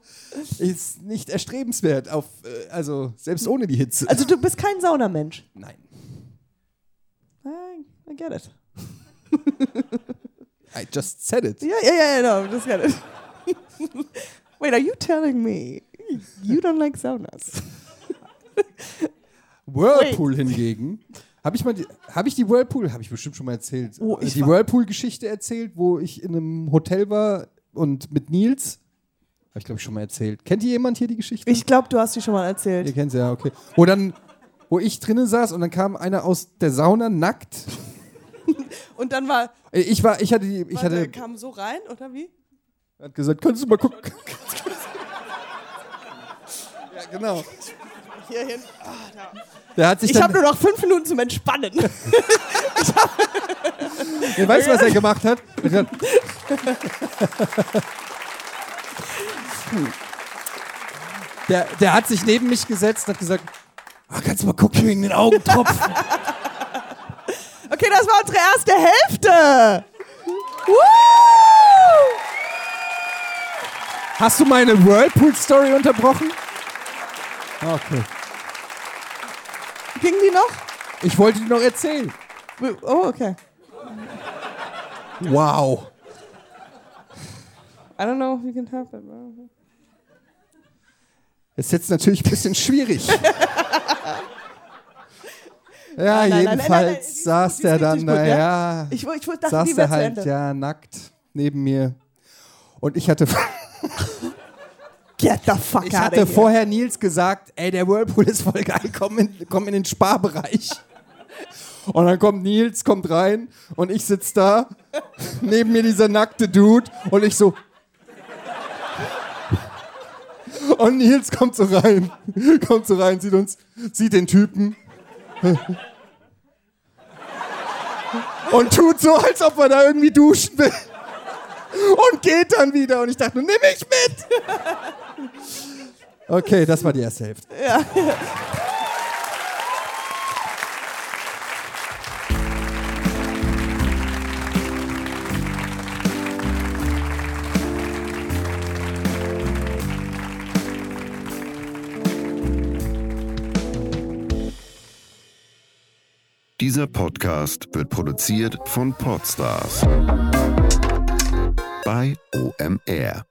Speaker 1: ist nicht erstrebenswert, auf, äh, also selbst ohne die Hitze.
Speaker 2: Also du bist kein Saunamensch.
Speaker 1: Nein.
Speaker 2: I, I get it.
Speaker 1: I just said it.
Speaker 2: Yeah, yeah, yeah. yeah, No, I just get it. Wait, are you telling me you don't like saunas?
Speaker 1: Whirlpool hingegen. Habe ich mal die, hab ich die Whirlpool, habe ich bestimmt schon mal erzählt,
Speaker 2: Oh, ich
Speaker 1: die
Speaker 2: war-
Speaker 1: Whirlpool-Geschichte erzählt, wo ich in einem Hotel war und mit Nils. Habe ich, glaube ich, schon mal erzählt. Kennt die jemand hier die Geschichte?
Speaker 2: Ich glaube, du hast die schon mal
Speaker 1: Ihr
Speaker 2: erzählt.
Speaker 1: kennt sie ja, okay. Wo dann, wo ich drinnen saß und dann kam einer aus der Sauna nackt.
Speaker 2: Und dann war,
Speaker 1: Äh, Ich war, ich hatte die, ich
Speaker 2: warte,
Speaker 1: hatte,
Speaker 2: kam so rein oder wie?
Speaker 1: hat gesagt, könntest du mal gucken. ja, genau.
Speaker 2: Hier hin.
Speaker 1: Der hat sich
Speaker 2: Ich habe
Speaker 1: dann,
Speaker 2: nur noch fünf Minuten zum Entspannen.
Speaker 1: ihr weißt, was er gemacht hat? Er hat gesagt, der, der hat sich neben mich gesetzt und hat gesagt, ah, kannst du mal gucken wegen den Augentropfen.
Speaker 2: Okay, das war unsere erste Hälfte. Woo!
Speaker 1: Hast du meine Whirlpool-Story unterbrochen? Okay.
Speaker 2: Ging die noch?
Speaker 1: Ich wollte dir noch erzählen.
Speaker 2: Oh, okay.
Speaker 1: Wow.
Speaker 2: I don't know if you can help it. bro.
Speaker 1: Ist jetzt natürlich ein bisschen schwierig. ja,
Speaker 2: nein, nein, nein,
Speaker 1: jedenfalls
Speaker 2: nein, die ist
Speaker 1: saß
Speaker 2: gut, die ist
Speaker 1: der dann
Speaker 2: richtig gut,
Speaker 1: da,
Speaker 2: ne?
Speaker 1: ja.
Speaker 2: Ich, wo- ich wo- dachte,
Speaker 1: saß
Speaker 2: die wäre
Speaker 1: der
Speaker 2: zu
Speaker 1: halt
Speaker 2: Ende.
Speaker 1: ja nackt neben mir. Und ich hatte,
Speaker 2: Get the fuck
Speaker 1: ich
Speaker 2: out
Speaker 1: hatte
Speaker 2: of here.
Speaker 1: vorher Nils gesagt, ey, der Whirlpool ist voll geil, komm in, komm in den Sparbereich. Und dann kommt Nils, kommt rein und ich sitz da, neben mir dieser nackte Dude und ich so. Und Nils kommt so rein, kommt so rein, sieht uns, sieht den Typen. Und tut so, als ob er da irgendwie duschen will. Und geht dann wieder. Und ich dachte, nur, nimm mich mit. Okay, das war die erste Hälfte.
Speaker 6: Dieser Podcast wird produziert von Podstars bei OMR.